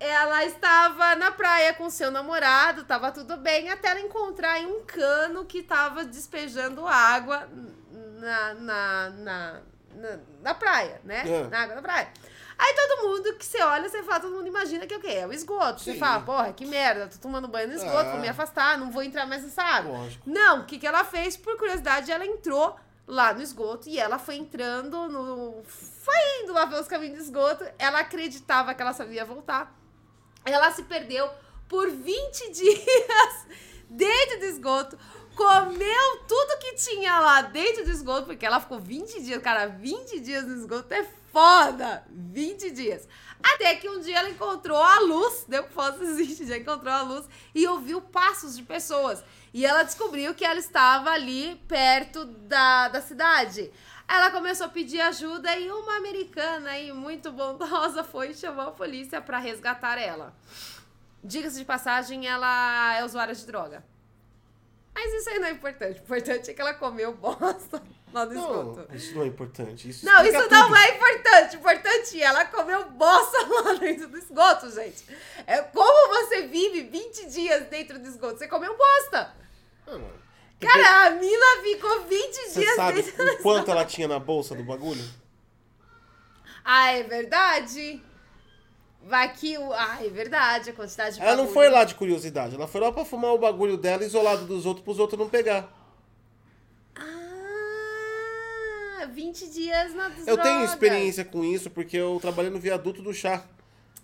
ela estava na praia com seu namorado, tava tudo bem, até ela encontrar aí um cano que tava despejando água na, na, na, na, na praia, né? É. Na água da praia. Aí todo mundo que você olha, você fala, todo mundo imagina que é o quê? É o esgoto. Você Sim. fala, porra, que merda, tô tomando banho no esgoto, É. vou me afastar, não vou entrar mais nessa água. Lógico. Não, o que, que ela fez? Por curiosidade, ela entrou lá no esgoto e ela foi entrando no. Foi indo lá pelos caminhos de esgoto. Ela acreditava que ela sabia voltar. Ela se perdeu por 20 dias dentro do esgoto. Comeu tudo que tinha lá dentro do esgoto, porque ela ficou 20 dias, cara, 20 dias no esgoto é foda! 20 dias. Até que um dia ela encontrou a luz, deu foto esses 20 dias, encontrou a luz e ouviu passos de pessoas. E ela descobriu que ela estava ali perto da, da cidade. Ela começou a pedir ajuda e uma americana aí, muito bondosa, foi e chamou a polícia para resgatar ela. Diga-se de passagem, ela é usuária de droga. Mas isso aí não é importante. O importante é que ela comeu bosta lá no esgoto. Não, isso não é importante. Isso Não, explica isso não tudo. é importante. O importante é ela comeu bosta lá dentro do esgoto, gente. É como você vive 20 dias dentro do esgoto? Você comeu bosta. Ah, mano. Cara, a mina ficou 20 Você dias sabe dentro do o quanto ela tinha na bolsa do bagulho? Ah, é verdade? Vai que o. Ah, é verdade, a quantidade de Ela não bagulho. foi lá de curiosidade, ela foi lá pra fumar o bagulho dela isolado dos outros, pros outros não pegar. Ah, 20 dias na droga. Eu tenho experiência com isso porque eu trabalhei no viaduto do chá.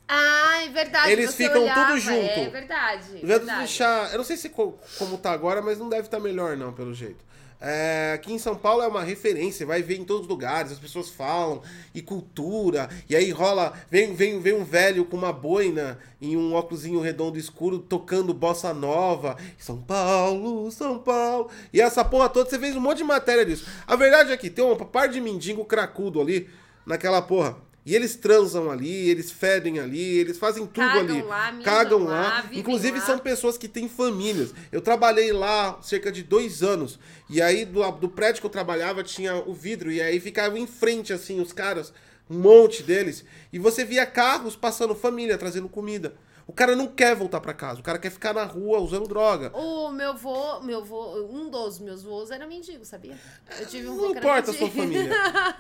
Ah, é verdade. Eles você ficam olhava, tudo junto. É verdade. O viaduto verdade. do chá, eu não sei se co- como tá agora, mas não deve estar melhor não, pelo jeito. É, aqui em São Paulo é uma referência, vai ver em todos os lugares, as pessoas falam, e cultura, e aí rola, vem, vem, vem um velho com uma boina e um óculosinho redondo escuro tocando bossa nova. São Paulo, São Paulo. E essa porra toda, você fez um monte de matéria disso. A verdade é que tem uma par de mendigo cracudo ali, naquela porra. E eles transam ali, eles fedem ali, eles fazem tudo Cagam ali. lá, mijam cagam lá, lá. vivem Inclusive lá. são pessoas que têm famílias. Eu trabalhei lá cerca de dois anos. E aí, do, do prédio que eu trabalhava, tinha o vidro. E aí ficava em frente, assim, os caras, um monte deles. E você via carros passando família, trazendo comida. O cara não quer voltar pra casa, o cara quer ficar na rua usando droga. O meu vô, meu vô, um dos meus vôs era mendigo, sabia? Eu tive um vô Não que era importa a sua mendigo. família.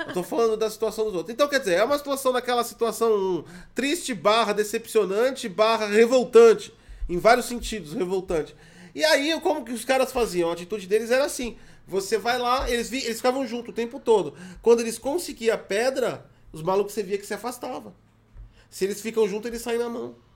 Eu tô falando da situação dos outros. Então, quer dizer, é uma situação daquela situação triste, barra, decepcionante, barra, revoltante. Em vários sentidos, revoltante. E aí, como que os caras faziam? A atitude deles era assim. Você vai lá, eles, vi- eles ficavam junto o tempo todo. Quando eles conseguiam a pedra, os malucos você via que se afastava. Se eles ficam juntos, eles saem na mão.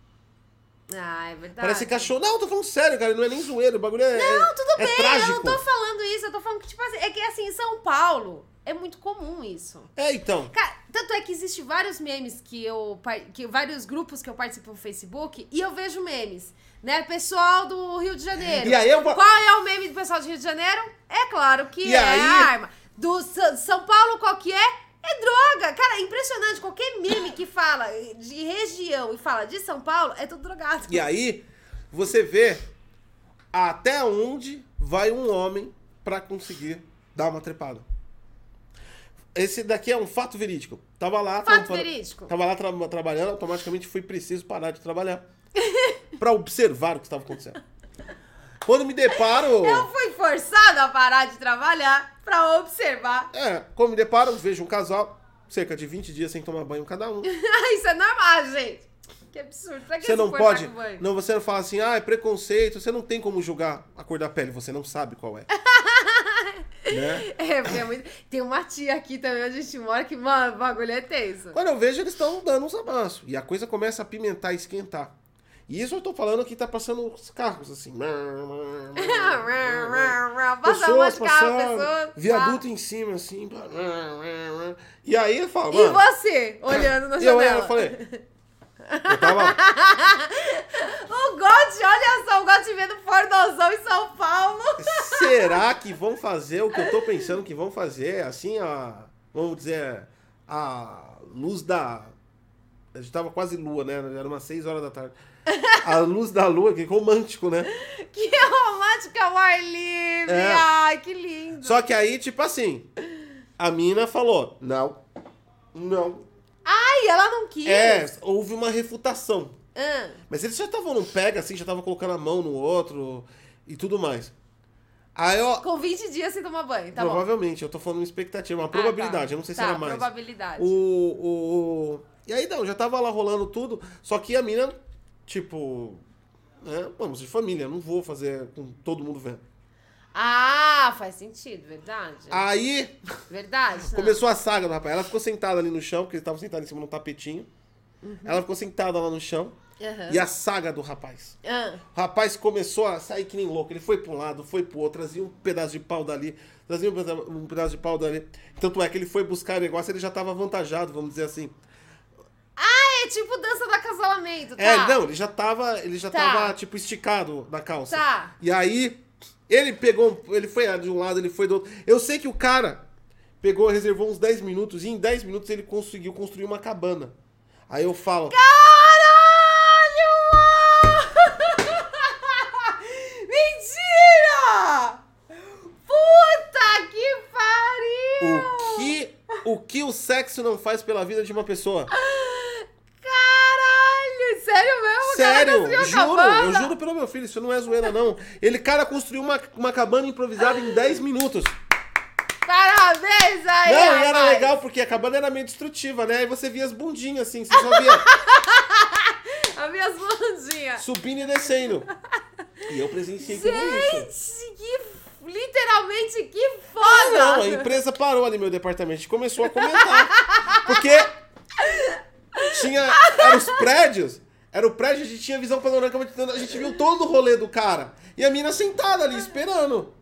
Ah, é verdade. Parece cachorro. Não, eu tô falando sério, cara. Não é nem zoeiro. O bagulho é. Não, tudo é bem, trágico. eu não tô falando isso, eu tô falando que, tipo assim, é que assim, em São Paulo é muito comum isso. É, então. Cara, tanto é que existe vários memes que eu. par- Que, vários grupos que eu participo no Facebook e eu vejo memes. Né? Pessoal do Rio de Janeiro. E aí eu vou- Qual é o meme do pessoal do Rio de Janeiro? É claro que E é aí- a arma. Do Sa- São Paulo, qual que é? É droga! Cara, é impressionante. Qualquer meme que fala de região e fala de São Paulo é tudo drogado. E aí, você vê até onde vai um homem pra conseguir dar uma trepada. Esse daqui é um fato verídico. Tava lá, Fato tava, verídico. tava lá tra- trabalhando, automaticamente fui preciso parar de trabalhar Pra observar o que estava acontecendo. Quando me deparo, Eu fui forçada a parar de trabalhar pra observar. é, quando me deparo, vejo um casal cerca de 20 dias sem tomar banho cada um. Isso é normal, gente. Que absurdo. Pra que Você se não importar pode. com banho? Não, você não fala assim, ah, é preconceito, você não tem como julgar a cor da pele, você não sabe qual é. né? É, porque é muito... Tem uma tia aqui também onde a gente mora que, mano, o bagulho é tenso. Quando eu vejo, eles estão dando uns amassos. E a coisa começa a pimentar, esquentar. E isso eu tô falando que tá passando os carros, assim. Passa um monte de carro, passando, pessoas. Viaduto em cima, assim. E aí eu falo, tá. E mano. você, olhando na e eu, janela? eu falei. Eu tava. O God, olha só, o God vendo pornozão em São Paulo. Será que vão fazer o que eu tô pensando que vão fazer? Assim, a. Vamos dizer. A luz da. A gente tava quase lua, né? Era umas 6 horas da tarde. A luz da lua, que romântico, né? Que romântica ao ar livre. É. Ai, que lindo. Só que aí, tipo assim. A mina falou: não. Não. Ai, ela não quis. É, houve uma refutação. Ah, Mas eles já estavam num pega, assim, já estavam colocando a mão no outro e tudo mais. Aí eu. Ah, com 20 dias sem tomar banho, tá bom. Ah, provavelmente, eu tô falando uma expectativa, uma probabilidade, eu não sei se Tá, era mais. probabilidade. O, o, o- E aí não, já tava lá rolando tudo, só que a mina, tipo, né, vamos de família, não vou fazer com todo mundo vendo. Ah, faz sentido, verdade. Ah, Aí Verdade. não. começou a saga do rapaz. Ela ficou sentada ali no chão, porque ele tava sentado em cima de um tapetinho. Ela ficou sentada lá no chão. Aham. E a saga do rapaz. Ah, O rapaz começou a sair que nem louco. Ele foi pra um lado, foi pro outro, trazia um pedaço de pau dali, trazia um peda- um pedaço de pau dali. Tanto é que ele foi buscar o negócio, ele já tava avantajado, vamos dizer assim. É tipo dança do acasalamento, tá? É, não, ele já tava, ele já Tá. tava tipo esticado na calça. Tá. E aí ele pegou, um- ele foi de um lado, ele foi do outro. Eu sei que o cara pegou, reservou uns 10 minutos e em 10 minutos ele conseguiu construir uma cabana. Aí eu falo, Caralho! Mentira! Puta que pariu! o que o que o sexo não faz pela vida de uma pessoa? Ah, Caralho! Sério mesmo? O cara Sério, construiu a juro, eu cabana? juro pelo meu filho, isso não é zoeira não. Ele cara construiu uma, uma cabana improvisada em 10 minutos. Parabéns aí, Não, e era rapaz. legal porque a cabana era meio destrutiva, né? Aí você via as bundinhas assim, você só via As minhas mãozinhas. subindo e descendo. E eu presenciei tudo é isso. Gente, que... Literalmente, que Ah, foda! não, a empresa parou ali meu departamento e começou a comentar. Porque tinha. Eram os prédios. Era o prédio, a gente tinha visão panorâmica, mas a gente viu todo o rolê do cara. E a mina sentada ali, esperando.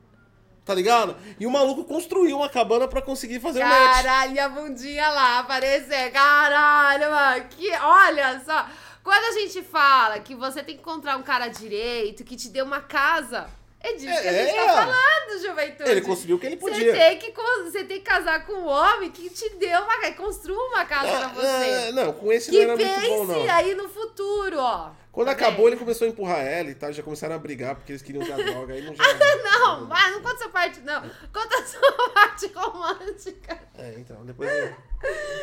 Tá ligado? E o maluco construiu uma cabana pra conseguir fazer o match. Caralho, a bundinha lá aparecer. Caralho, mano. Que, olha só. Quando a gente fala que você tem que encontrar um cara direito, que te dê uma casa, é disso que a gente É. tá falando, juventude. Ele conseguiu o que ele Você podia. tem, que, cons- você tem que casar com um homem que te dê uma casa, que construa uma casa pra Ah, você. ah, não, com esse não que era muito bom, não. pense aí no futuro, ó. Quando Tá acabou, bem? ele começou a empurrar ela e tal, já começaram a brigar porque eles queriam usar droga. Aí não já. Não, mas não conta essa parte, não. Conta a sua parte romântica. É, então, depois. eu-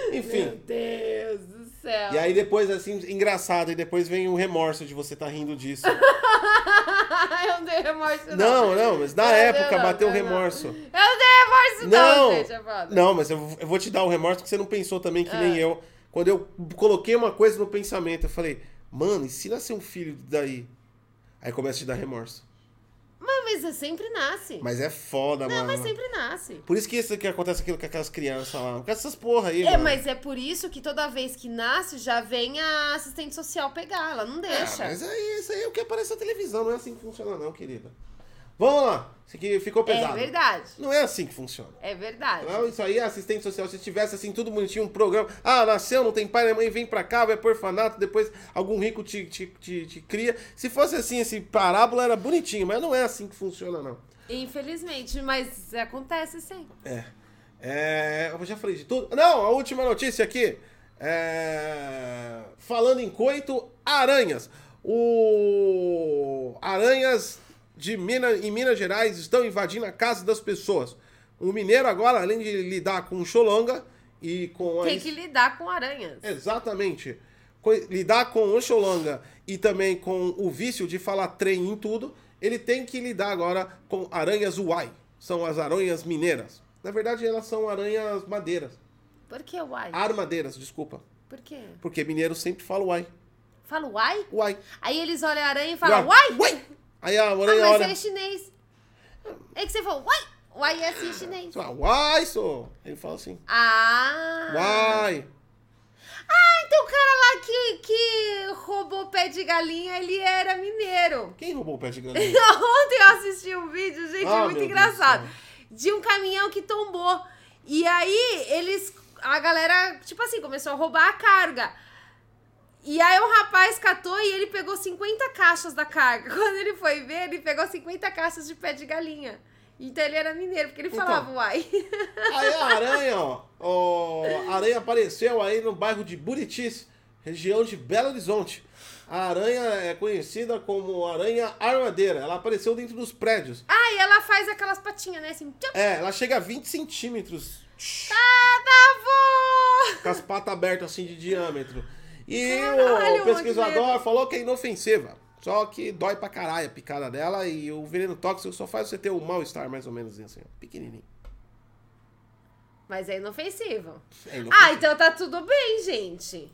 Meu Enfim. Deus do céu. E aí depois, assim, engraçado, e depois vem o remorso de você tá rindo disso. eu não tenho remorso, não. Não, não, mas na Não, época não, bateu o não, não. remorso. Eu não tenho remorso, não, Não! gente, é foda. Não, mas eu vou- eu vou te dar o remorso porque você não pensou também, que Ah. nem eu. Quando eu coloquei uma coisa no pensamento, eu falei, mano, e se nascer um filho daí? Aí começa a te dar remorso. Mas, mas sempre nasce. Mas é foda, não, mano. mas sempre nasce. Por isso que isso que acontece aquilo com aquelas crianças lá. Com essas porra aí, É, mano. mas é por isso que toda vez que nasce, já vem a assistente social pegar. Ela não deixa. Ah, mas é isso aí, é o que aparece na televisão, não é assim que funciona não, querida. Vamos lá, isso aqui ficou pesado. é verdade. Não é assim que funciona. É verdade. Não, isso aí, é assistente social, se tivesse assim tudo bonitinho, um programa, ah, nasceu, não tem pai nem mãe, vem pra cá, vai pro orfanato, depois algum rico te, te, te, te cria. Se fosse assim, esse parábola era bonitinho, mas não é assim que funciona não. Infelizmente, mas acontece sim. É. É, eu já falei de tudo. Não, a última notícia aqui. É, falando em coito, aranhas. O aranhas de Minas, em Minas Gerais estão invadindo a casa das pessoas. O mineiro agora, além de lidar com xolonga e com a Tem que lidar com É. aranhas. Exatamente. Co- Lidar com o Xolanga e também com o vício de falar trem em tudo, ele tem que lidar agora com aranhas uai. São as aranhas mineiras. Na verdade, elas são aranhas madeiras. Por que uai? Ah. Armadeiras, desculpa. Por quê? Porque mineiro sempre fala uai. Fala uai? Uai. Aí eles olham a aranha e falam uai? Uai! Aí a Ah, aranha mas olha. ele é chinês. É que você falou uai? Uai é assim em chinês. fala, Uai, só. Ele fala assim. Ah! Uai. Então o cara lá que, que roubou pé de galinha, ele era mineiro. Quem roubou o pé de galinha? Ontem eu assisti um vídeo, gente, Ah, meu muito Deus engraçado. do céu. De um caminhão que tombou. E aí eles. A galera, tipo assim, começou a roubar a carga. E aí o rapaz catou e ele pegou 50 caixas da carga. Quando ele foi ver, ele pegou 50 caixas de pé de galinha. Então ele era mineiro, porque ele Então. falava uai. Aí a aranha, ó, ó, a aranha apareceu aí no bairro de Buritis, região de Belo Horizonte. A aranha é conhecida como aranha armadeira. Ela apareceu dentro dos prédios. Ah, e ela faz aquelas patinhas, né? Assim, tchau, É, ela chega a 20 centímetros, avô! com as patas abertas assim de diâmetro. E Caralho, o que pesquisador medo. falou que é inofensiva. Só que dói pra caralho a picada dela e o veneno tóxico só faz você ter um mal-estar, mais ou menos assim, ó, pequenininho. Mas é inofensivo. É inofensivo. Ah, então tá tudo então bem, gente.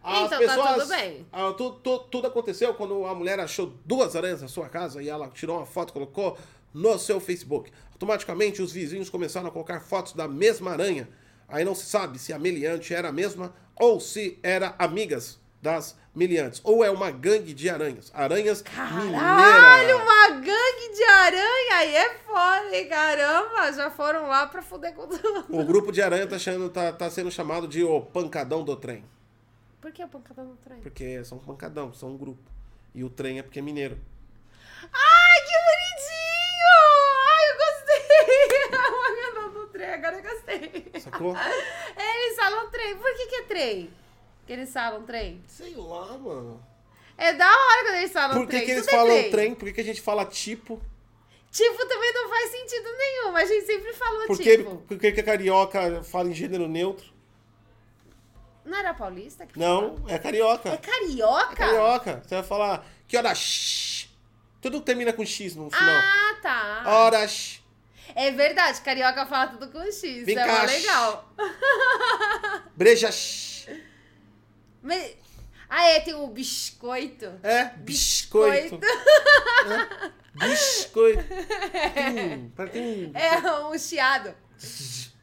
As Então tá pessoas, tudo bem. Ah, tu- tu- tudo aconteceu quando a mulher achou duas aranhas na sua casa e ela tirou uma foto e colocou no seu Facebook. Automaticamente, os vizinhos começaram a colocar fotos da mesma aranha. Aí não se sabe se a meliante era a mesma ou se era amigas das meliantes. Ou é uma gangue de aranhas. Aranhas Caralho, mineiras. uma gangue de aranha aí é foda, hein? Caramba, já foram lá pra fuder com tudo. O grupo de aranha tá, chamando- tá- tá sendo chamado de o pancadão do trem. Por que a pancada no trem? Porque são pancadão, são um grupo. E o trem é porque é mineiro. Ai, que bonitinho! Ai, eu gostei! A pancada no trem, agora eu gostei. Sacou? Eles falam trem. Por que que é trem? Que eles falam trem? Sei lá, mano. É da hora quando eles falam Por que, trem. que eles tudo é falam trem? Por que, que a gente fala tipo? Tipo, também não faz sentido nenhum. A gente sempre falou Por que, tipo. por que, que a carioca fala em gênero neutro? Não era paulista que falava? Não, é carioca. É carioca? É carioca. Você vai falar que hora x. Tudo termina com x no final. Ah, tá. Hora x. É verdade, carioca fala tudo com X. Vem é cá, mó legal. Breja x. Mas- Ah, é, tem o biscoito. É biscoito. É, biscoito. Hum, pra quem- É um chiado.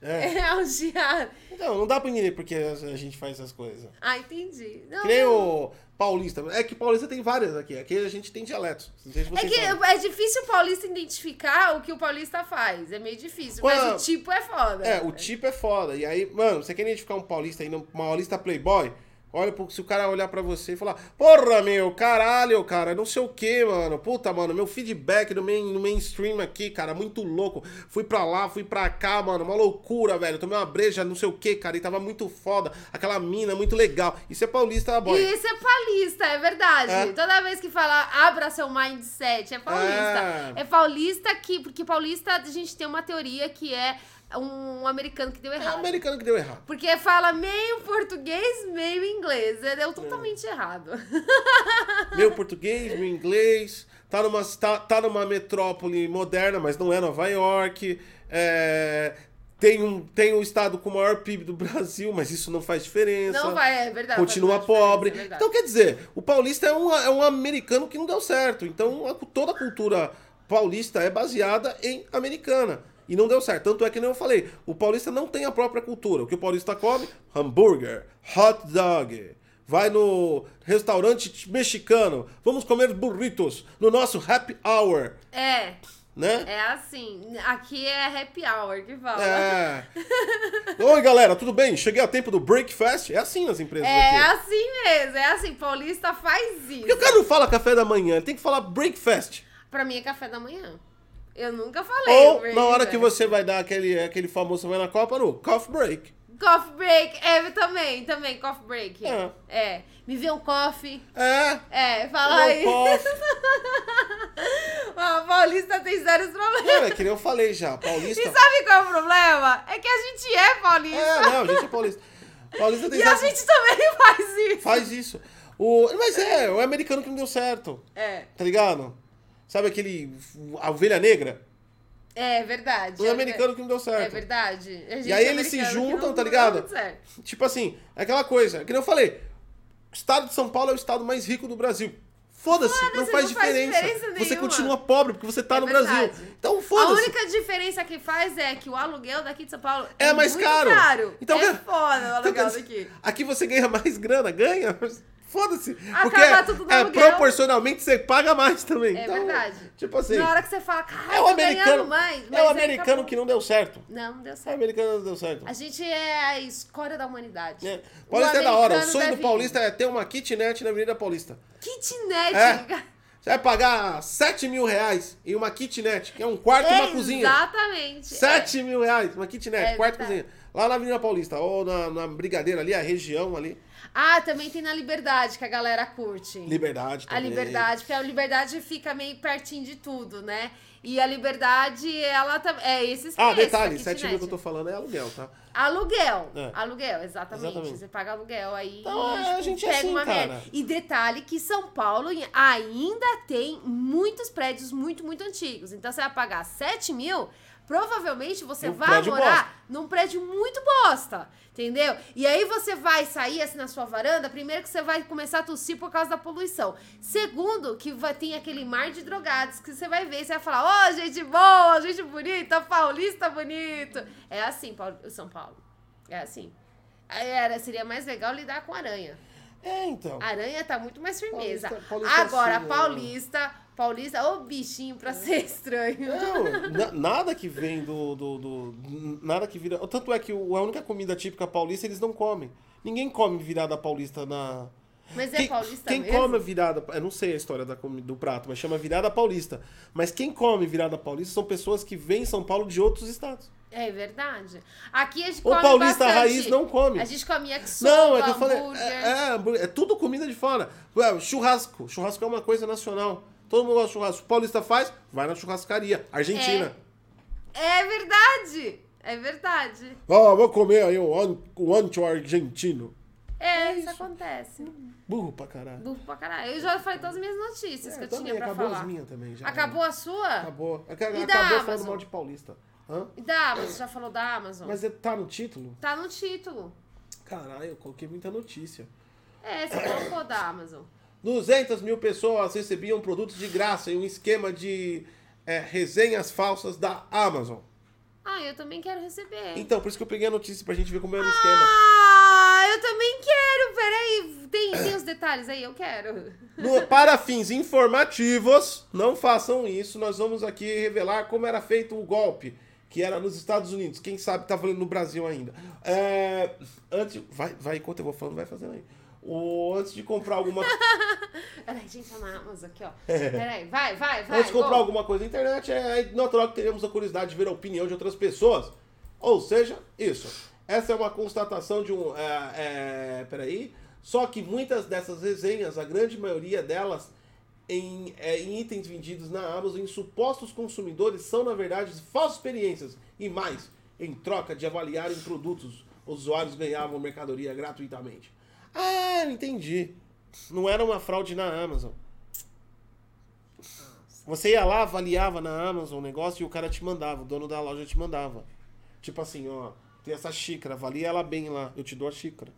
É. É um chiado. Então, não dá pra entender porque a gente faz essas coisas. Ah, entendi. Não, é Que nem não. o paulista. É que paulista tem várias aqui. Aqui a gente tem dialetos. Não sei se É vocês que sabem. é difícil o paulista identificar o que o paulista faz. É meio difícil. Mas Ué, o tipo é foda. É, o tipo é foda. E aí, mano, você quer identificar um paulista aí, um paulista playboy? Olha, pro- se o cara olhar pra você e falar, porra, meu, caralho, cara, não sei o que, mano. Puta, mano, meu feedback no, main, no mainstream aqui, cara, muito louco. Fui pra lá, fui pra cá, mano, uma loucura, velho. Tomei uma breja, não sei o que, cara, e tava muito foda. Aquela mina, muito legal. Isso é paulista, boy. E isso é paulista, é verdade. É. Toda vez que fala abra seu mindset, é paulista. É, paulista que, porque paulista a gente tem uma teoria que é um americano que deu É o errado. americano que deu errado. Porque fala meio português, meio inglês. É, Deu totalmente errado. É. meu português, meu inglês. Tá numa, tá, tá numa metrópole moderna, mas não é Nova York. É, tem, um, tem um estado com o maior PIB do Brasil, mas isso não faz diferença. Não vai, é verdade. Continua faz uma diferença, pobre. é verdade. então, quer dizer, o paulista é um, é um americano que não deu certo. Então, a- toda a cultura paulista é baseada em americana. E não deu certo. Tanto é que nem eu falei, o paulista não tem a própria cultura. O que o paulista come? Hambúrguer, hot dog. Vai no restaurante mexicano. Vamos comer burritos no nosso happy hour, É, né? é assim. Aqui é happy hour que fala. É. Oi, galera, tudo bem? Cheguei a tempo do breakfast. É assim nas empresas aqui. É assim mesmo, é assim. Paulista faz isso. Porque o cara não fala café da manhã, ele tem que falar breakfast. Pra mim é café da manhã. Eu nunca falei. Ou break, na hora né? que você vai dar aquele, aquele famoso vai na Copa no coffee break. Coffee break, é, eu também, também, coffee break. É. É. Me vê um coffee. É. É, não fala aí. coffee. A paulista tem sérios problemas. Cara, é que nem eu falei já, paulista. E sabe qual é o problema? É que a gente é É, paulista. não, a gente é paulista. Paulista tem e a certo- gente também faz isso. faz isso. O, mas é, o americano que não deu certo, É, tá ligado? Sabe aquele a ovelha negra? é verdade. O é americano que não deu ver- É certo. verdade. A gente E aí é eles se americano que juntam, não- tá ligado? não dá certo. Tipo assim, é aquela coisa, que nem eu falei. O estado de São Paulo é o estado mais rico do Brasil. Foda-se, não, Foda-se, faz, não faz diferença. diferença Você nenhuma. continua pobre porque você tá É no verdade. Brasil. Então A foda-se. única diferença que faz é que o aluguel daqui de São Paulo É mais muito caro. Então, é cara- foda o Então, quer aluguel dizer, daqui. Aqui você ganha mais grana, ganha. Foda-se. Porque Ah, tá, tudo no é, aluguel. proporcionalmente você paga mais também. É Então, verdade. Tipo assim. Na hora que você fala, cara, É o americano. mais, mas é o aí americano acabou. que não deu certo. Não, não deu É o certo. americano que não deu certo. A gente é a escória da humanidade. É. O Paulista é da hora. O americano sonho do deve- paulista é ter uma kitnet na Avenida Paulista. Kitnet. né, É. cara. Você vai pagar 7 mil reais em uma kitnet, que é um quarto e uma cozinha. Exatamente. 7 mil reais, uma kitnet, É quarto e verdade. cozinha. Lá na Avenida Paulista, ou na, na Brigadeira ali, a região ali. É. Ah, também tem na Liberdade, que a galera curte. Liberdade A também. Liberdade, porque a Liberdade fica meio pertinho de tudo, né? E a Liberdade, ela também... É esses Ah, preços, a detalhe, 7 mil kitnet. que eu tô falando é aluguel, tá? Aluguel. É. Aluguel, exatamente. Exatamente. Você paga aluguel aí Então, e, é, a gente é assim, cara. E detalhe que São Paulo ainda tem muitos prédios muito, muito antigos. Então, você vai pagar 7 mil, provavelmente você E um vai prédio morar num prédio muito bosta, entendeu? E aí você vai sair assim na sua varanda, primeiro que você vai começar a tossir por causa da poluição. Segundo, que vai, tem aquele mar de drogados que você vai ver e você vai falar, ô, gente boa, gente bonita, paulista bonito. É assim, Paulo, São Paulo. É assim. Aí Era, seria mais legal lidar com aranha. É, então. Aranha tá muito mais firmeza. Paulista- paulista é Agora, assim, né? É. paulista, paulista, ô bichinho pra ser estranho. Não, na- nada que vem do, do, do- Nada que vira. Tanto é que o- a única comida típica paulista eles não comem. Ninguém come virada paulista na. Mas é Quem, paulista quem mesmo? come virada. Eu não sei a história da comi- do prato, mas chama virada paulista. Mas quem come virada paulista são pessoas que vêm em São Paulo de outros estados. É verdade. Aqui a gente O come paulista bastante. raiz não come. A gente come yakisoba, Não, é que eu falei. hambúrguer. É, é, hambúrguer, é tudo comida de fora. Ué, Churrasco. Churrasco é uma coisa nacional. Todo mundo gosta de churrasco. O paulista faz, vai na churrascaria. Argentina. É verdade. É verdade. Ó, vou comer aí um an- um ancho argentino. É, isso acontece. Burro pra caralho. Burro pra caralho. Eu já falei todas as minhas notícias É, que eu também, tinha pra acabou falar. as minhas também. Já né? Acabou a sua? Acabou. Acabou E da falando Amazon? mal de paulista. Hã? E da Amazon, já falou da Amazon. Mas é- tá no título? Tá no título. Caralho, eu coloquei muita notícia. É, você colocou da Amazon. 200 mil pessoas recebiam produtos de graça em um esquema de é, resenhas falsas da Amazon. Ah, eu também quero receber. Então, por isso que eu peguei a notícia pra gente ver como era o esquema. Ah, eu também quero. Peraí, tem, tem os detalhes aí, eu quero. No- para fins informativos, não façam isso. Nós vamos aqui revelar como era feito o golpe, que era nos Estados Unidos. Quem sabe tá valendo no Brasil ainda. É, antes, vai, vai, enquanto eu vou falando, vai fazendo aí. O, antes de comprar alguma, Peraí, gente, tá na Amazon aqui, ó. Peraí, vai, vai, vai. antes de comprar gol. alguma coisa na internet, é natural que teremos a curiosidade de ver a opinião de outras pessoas. Ou seja, isso. Essa é uma constatação de um. É, é, peraí. Só que muitas dessas resenhas, a grande maioria delas, em, é, em itens vendidos na Amazon, em supostos consumidores, são na verdade falsas experiências. E mais, em troca de avaliarem produtos, os usuários ganhavam mercadoria gratuitamente. Ah, entendi. Não era uma fraude na Amazon. Você ia lá, avaliava na Amazon o negócio e o cara te mandava, o dono da loja te mandava. Tipo assim, ó, tem essa xícara, avalia ela bem lá, eu te dou a xícara.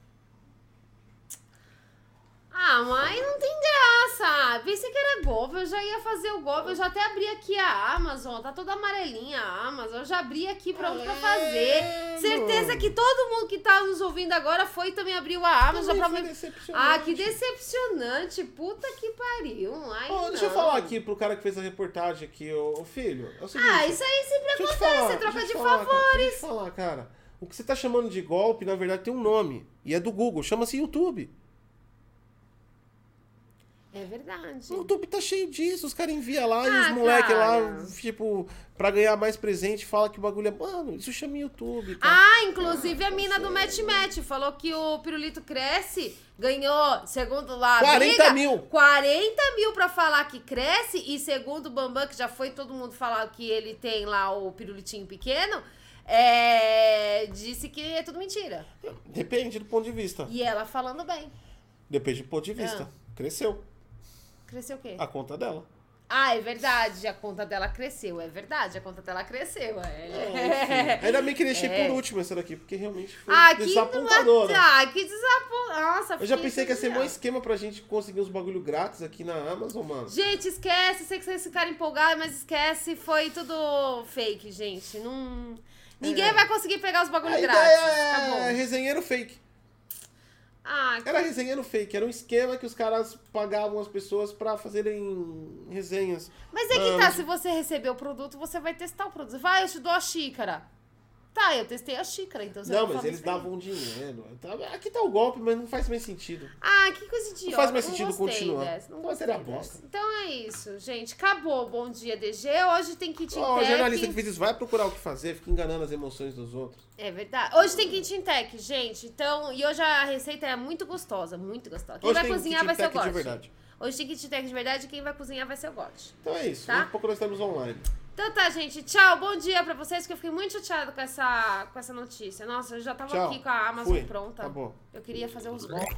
Ah, mas não tem graça. Pensei que era golpe, eu já ia fazer o golpe, eu já até abri aqui a Amazon, tá toda amarelinha a Amazon, eu já abri aqui pronto pra fazer. É, Certeza mano. que todo mundo que tá nos ouvindo agora foi e também abriu a Amazon Também pra foi me... decepcionante. Ah, que decepcionante. Puta que pariu. Ai, Ô, deixa eu não. falar aqui pro cara que fez a reportagem aqui, ô, ô filho. É o seguinte, Ah, isso aí sempre deixa eu te acontece, falar, é troca deixa de eu te falar, favor. Cara, deixa eu te falar, cara. O que você tá chamando de golpe, na verdade, tem um nome. E é do Google, chama-se YouTube. É verdade. O YouTube tá cheio disso, os caras enviam lá e Ah, os moleques lá, cara. tipo, pra ganhar mais presente, fala que o bagulho é. Mano, isso chama YouTube, cara. Ah, inclusive a mina do Match Match falou que o Pirulito Cresce ganhou, segundo lá. a 40 briga, mil. 40 mil pra falar que cresce, e segundo o Bambam, que já foi todo mundo falar que ele tem lá o pirulitinho pequeno, é, disse que é tudo mentira. Depende do ponto de vista. E Ah. ela falando bem. Depende do ponto de vista. Cresceu Cresceu o quê? a conta dela. Ah, é verdade, a conta dela cresceu. É verdade, a conta dela cresceu. É. Enfim, Ainda bem que deixei É. por último essa daqui, porque realmente foi Ah, que desapontadora. Ah, que desapontadora. Nossa, Eu já fiquei pensei que ia ser um entediada. esquema pra gente conseguir uns bagulho grátis aqui na Amazon, mano. Gente, esquece. Sei que vocês ficaram empolgados, mas esquece. Foi tudo fake, gente. Não... Ninguém É. vai conseguir pegar os bagulho A ideia grátis. tá é Acabou. resenheiro fake. Ah, que- Era resenheiro fake, era um esquema que os caras pagavam as pessoas pra fazerem resenhas. Mas é que tá. Se você receber o produto, você vai testar o produto. Vai, eu te dou a xícara. Tá, eu testei a xícara, então você não, mas vai falar eles isso aí. davam dinheiro. Tá- Aqui tá o golpe, mas não faz mais sentido. Ah, que coisa idiota. faz mais sentido gostei continuar. dessa, Não Então, gostei seria dessa. bosta. Então é isso, gente. Acabou. Bom dia, DG. Hoje tem kit Ó, o Tech. jornalista que fez isso vai procurar o que fazer, fica enganando as emoções dos outros. É verdade. Hoje tem kitchen tech, gente. Então, e hoje a receita é muito gostosa, muito gostosa. Quem Hoje vai tem cozinhar kitchen vai ser o tech de Gotti. verdade. Hoje tem kitchen tech de verdade, quem vai cozinhar vai ser o Gotti. Então é isso. Tá? Daqui a pouco nós estamos online. Então tá, gente. Tchau. Bom dia pra vocês, que eu fiquei muito chateada com essa, com essa notícia. Nossa, eu já tava Tchau. aqui com a Amazon Fui. pronta. Acabou. Eu queria fazer uns golpes.